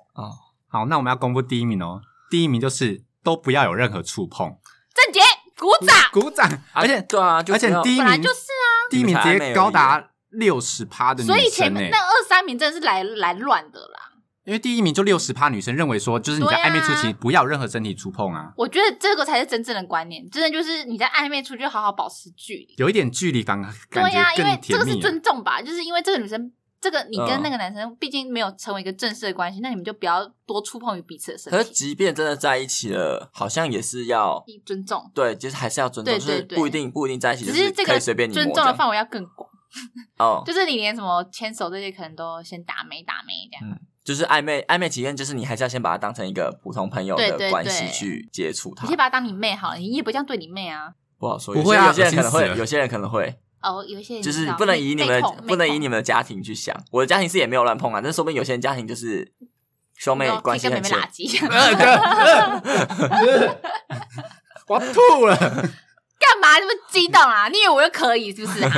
[SPEAKER 2] 好，那我们要公布第一名哦。第一名就是都不要有任何触碰，
[SPEAKER 1] 郑杰，鼓掌！
[SPEAKER 2] 鼓掌！
[SPEAKER 3] 啊
[SPEAKER 2] 而且、
[SPEAKER 3] 对啊，就
[SPEAKER 2] 而且
[SPEAKER 3] 不要
[SPEAKER 2] 第一
[SPEAKER 1] 本来
[SPEAKER 2] 名
[SPEAKER 1] 就是啊，
[SPEAKER 2] 第一名直接高达六十趴的女
[SPEAKER 1] 所
[SPEAKER 2] 生、欸，
[SPEAKER 1] 以前面那二三名真的是来来乱的啦。
[SPEAKER 2] 因为第一名就六十趴女生认为说，就是你在
[SPEAKER 1] 对啊
[SPEAKER 2] 暧昧初期不要有任何身体触碰啊，
[SPEAKER 1] 我觉得这个才是真正的观念，真的就是你在暧昧处就好好保持距离。
[SPEAKER 2] 有一点距离感，感
[SPEAKER 1] 对呀、啊
[SPEAKER 2] 觉
[SPEAKER 1] 因为
[SPEAKER 2] 更
[SPEAKER 1] 这
[SPEAKER 2] 甜
[SPEAKER 1] 个是
[SPEAKER 2] 蜜、啊
[SPEAKER 1] 尊重吧，就是因为这个女生这个你跟
[SPEAKER 3] 啊嗯
[SPEAKER 1] 那个男生毕竟没有成为一个正式的关系，那你们就不要多触碰于彼此的身
[SPEAKER 3] 可 是
[SPEAKER 1] 体，
[SPEAKER 3] 即便真的在一起了，好像也是要
[SPEAKER 1] 以尊重。
[SPEAKER 3] 对，就是还是要尊重，
[SPEAKER 1] 对对
[SPEAKER 3] 就是
[SPEAKER 1] 对
[SPEAKER 3] 不一定不一定在一起，
[SPEAKER 1] 只
[SPEAKER 3] 就是
[SPEAKER 1] 这
[SPEAKER 3] 可
[SPEAKER 1] 个
[SPEAKER 3] 以随便你摸
[SPEAKER 1] 尊
[SPEAKER 3] 这
[SPEAKER 1] 重的
[SPEAKER 3] 样。
[SPEAKER 1] 范围要更广，
[SPEAKER 3] 哦，
[SPEAKER 1] 就是你连什么牵手这些可能都先打没打没
[SPEAKER 3] 嗯
[SPEAKER 1] 这样。
[SPEAKER 3] 就是暧昧暧昧期间，就是你还是要先把它当成一个普通朋友
[SPEAKER 1] 对对
[SPEAKER 3] 的
[SPEAKER 1] 对
[SPEAKER 3] 关系去接触它
[SPEAKER 1] 你先。把她当你妹好了，你也不这样对你妹啊。
[SPEAKER 3] 不好说，
[SPEAKER 2] 不会啊
[SPEAKER 3] 有些有些人可能
[SPEAKER 2] 恶心死
[SPEAKER 3] 会，
[SPEAKER 2] 了
[SPEAKER 3] 有些人可能会，
[SPEAKER 1] 哦，有一些人
[SPEAKER 3] 就是
[SPEAKER 1] 知道
[SPEAKER 3] 不能
[SPEAKER 1] 妹
[SPEAKER 3] 以你
[SPEAKER 1] 妹
[SPEAKER 3] 们
[SPEAKER 1] 控妹
[SPEAKER 3] 不能以
[SPEAKER 1] 控
[SPEAKER 3] 你们的家庭去想。我的家庭是也没有乱碰啊，但是说不定有些人家庭就是兄妹
[SPEAKER 1] 然后可以
[SPEAKER 3] 关系
[SPEAKER 1] 跟妹
[SPEAKER 3] 很
[SPEAKER 1] 妹
[SPEAKER 3] 亲
[SPEAKER 1] 垃。圾，
[SPEAKER 2] 我要吐了。
[SPEAKER 1] 干嘛这么激动啊？你以为我又可以 是不是啊？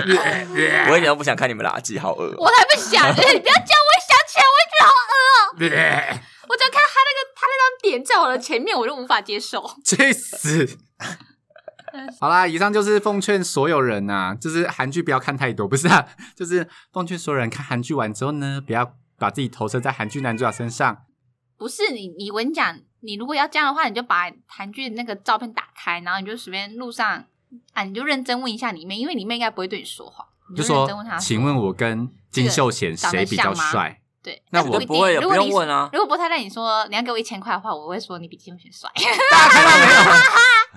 [SPEAKER 3] 我一点都不想看你们垃圾，好恶哦、
[SPEAKER 1] 我才不想，你不要这样，我一想起来我就觉得好恶，我只要看他那个他那张脸在我的前面，我就无法接受。
[SPEAKER 2] 去死！好啦，以上就是奉劝所有人呐、就是韩剧不要看太多，不是啊，就是奉劝所有人看韩剧完之后呢，不要把自己投射在韩剧男主角身上。
[SPEAKER 1] 不是你，你我跟你讲，你如果要这样的话，你就把韩剧那个照片打开，然后你就随便路上啊，你就认真问一下你妹，因为你妹应该不会对你说谎，你
[SPEAKER 2] 就
[SPEAKER 1] 认
[SPEAKER 2] 说
[SPEAKER 1] 真问她，，
[SPEAKER 2] 请问我跟金秀贤
[SPEAKER 1] 啊这个长得
[SPEAKER 2] 谁比较
[SPEAKER 1] 像吗
[SPEAKER 2] 帅？
[SPEAKER 1] 对，
[SPEAKER 2] 那
[SPEAKER 1] 但
[SPEAKER 2] 我
[SPEAKER 1] 不一
[SPEAKER 3] 不会
[SPEAKER 1] 定。如
[SPEAKER 3] 不
[SPEAKER 1] 果
[SPEAKER 3] 用
[SPEAKER 1] 你
[SPEAKER 3] 问啊
[SPEAKER 1] 如果不太让你说你要给我一千块的话，我会说你比金秀贤帅。
[SPEAKER 2] 大家看到没有？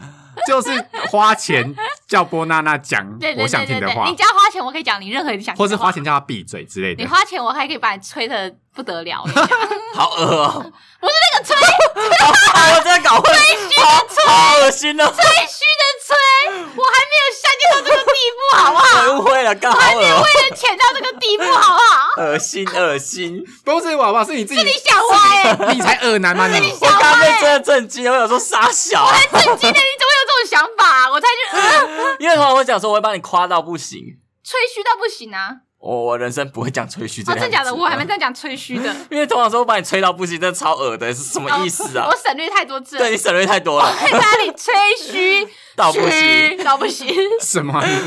[SPEAKER 2] 就是花钱叫波娜娜讲
[SPEAKER 1] 对对
[SPEAKER 2] 我
[SPEAKER 1] 对
[SPEAKER 2] 想
[SPEAKER 1] 对
[SPEAKER 2] 听的
[SPEAKER 1] 对，
[SPEAKER 2] 话
[SPEAKER 1] 你，只要花钱，我可以讲你任何你想听的话，
[SPEAKER 2] 或是花钱叫她闭嘴之类
[SPEAKER 1] 你
[SPEAKER 2] 的。
[SPEAKER 1] 花钱，我还可以把你吹的不得了。我跟你讲
[SPEAKER 3] 好恶哦、不是那个吹， 我真的搞混，好好恶心哦、
[SPEAKER 1] 吹嘘的吹，我还没有下贱到这个地步，好不好？
[SPEAKER 3] 我误会了，刚好恶哦、
[SPEAKER 1] 为了钱到这个地步，好不好？
[SPEAKER 3] 恶心恶心，
[SPEAKER 2] 不是娃娃，是你自己，
[SPEAKER 1] 你想歪、欸，
[SPEAKER 2] 你才恶男 吗你？
[SPEAKER 3] 我刚刚被真的震惊了，我想说傻小啊，
[SPEAKER 1] 今天你怎么有这种想法、 啊？我才觉得、呃、
[SPEAKER 3] 因为通常我讲说我会帮你夸到不行，
[SPEAKER 1] 吹嘘到不行啊！
[SPEAKER 3] 我我人生不会讲吹嘘这
[SPEAKER 1] 哦，
[SPEAKER 3] 两个
[SPEAKER 1] 真假的，
[SPEAKER 3] 字
[SPEAKER 1] 我还没在讲吹嘘 的，
[SPEAKER 3] 因为通常说我把你吹到不行，真的超恶的，是什么意思啊
[SPEAKER 1] 哦 我？哦省略太多字了
[SPEAKER 3] 对，你省略太多 了，
[SPEAKER 1] 在那里吹 嘘，
[SPEAKER 3] 到不
[SPEAKER 1] 嘘
[SPEAKER 3] 行。
[SPEAKER 1] 到不行。
[SPEAKER 2] 什么啊？你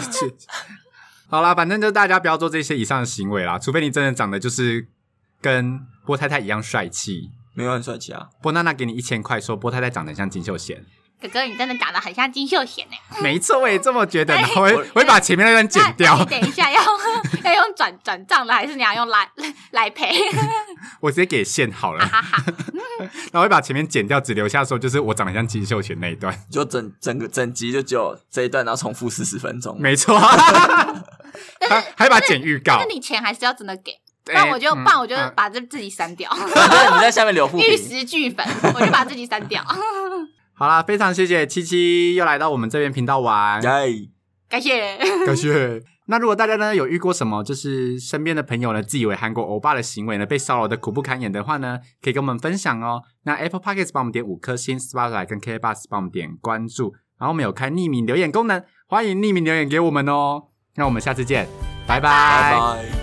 [SPEAKER 2] 好啦，反正就大家不要做这些以上的行为啦，除非你真的长得就是跟波太太一样帅气。
[SPEAKER 3] 没有很帅气啊，
[SPEAKER 2] 波娜娜给你一千块，说波太太长得像金秀贤，
[SPEAKER 1] 哥哥，你真的长得很像金秀贤呢、
[SPEAKER 2] 没错，我也这么觉得。
[SPEAKER 1] 哎
[SPEAKER 2] 然后我会
[SPEAKER 3] 我
[SPEAKER 2] 我会把前面那段剪
[SPEAKER 1] 那那
[SPEAKER 2] 掉
[SPEAKER 1] 你，等一下要 要用转转账的，还是你要用来 来赔？
[SPEAKER 2] 我直接给线好了，
[SPEAKER 1] 哈哈，
[SPEAKER 2] 然后我会把前面剪掉，只留下说就是我长得像金秀贤那 一段。
[SPEAKER 3] 就整整个整集就只有这一段，然后重复四十分钟。
[SPEAKER 2] 没错，还还把它剪预告
[SPEAKER 1] 那，你钱还是要真的给，不
[SPEAKER 2] 哎
[SPEAKER 1] 然我就不
[SPEAKER 2] 嗯
[SPEAKER 1] 然我就
[SPEAKER 2] 嗯
[SPEAKER 1] 把这自己删掉。
[SPEAKER 3] 你在下面留负
[SPEAKER 1] 玉
[SPEAKER 3] 评，
[SPEAKER 1] 石俱焚，我就把自己删掉。
[SPEAKER 2] 好啦，非常谢谢七七又来到我们这边频道玩，
[SPEAKER 3] 哎，
[SPEAKER 1] 感谢。
[SPEAKER 2] 感谢。那如果大家呢有遇过什么，就是身边的朋友呢自以为韩国欧巴的行为呢被骚扰的苦不堪言的话呢，可以跟我们分享哦。那 Apple Podcast 帮我们点五颗星，Spotify 跟 k b u s 帮我们点关注，然后我们有开匿名留言功能，欢迎匿名留言给我们哦。那我们下次见，拜拜
[SPEAKER 3] 拜拜。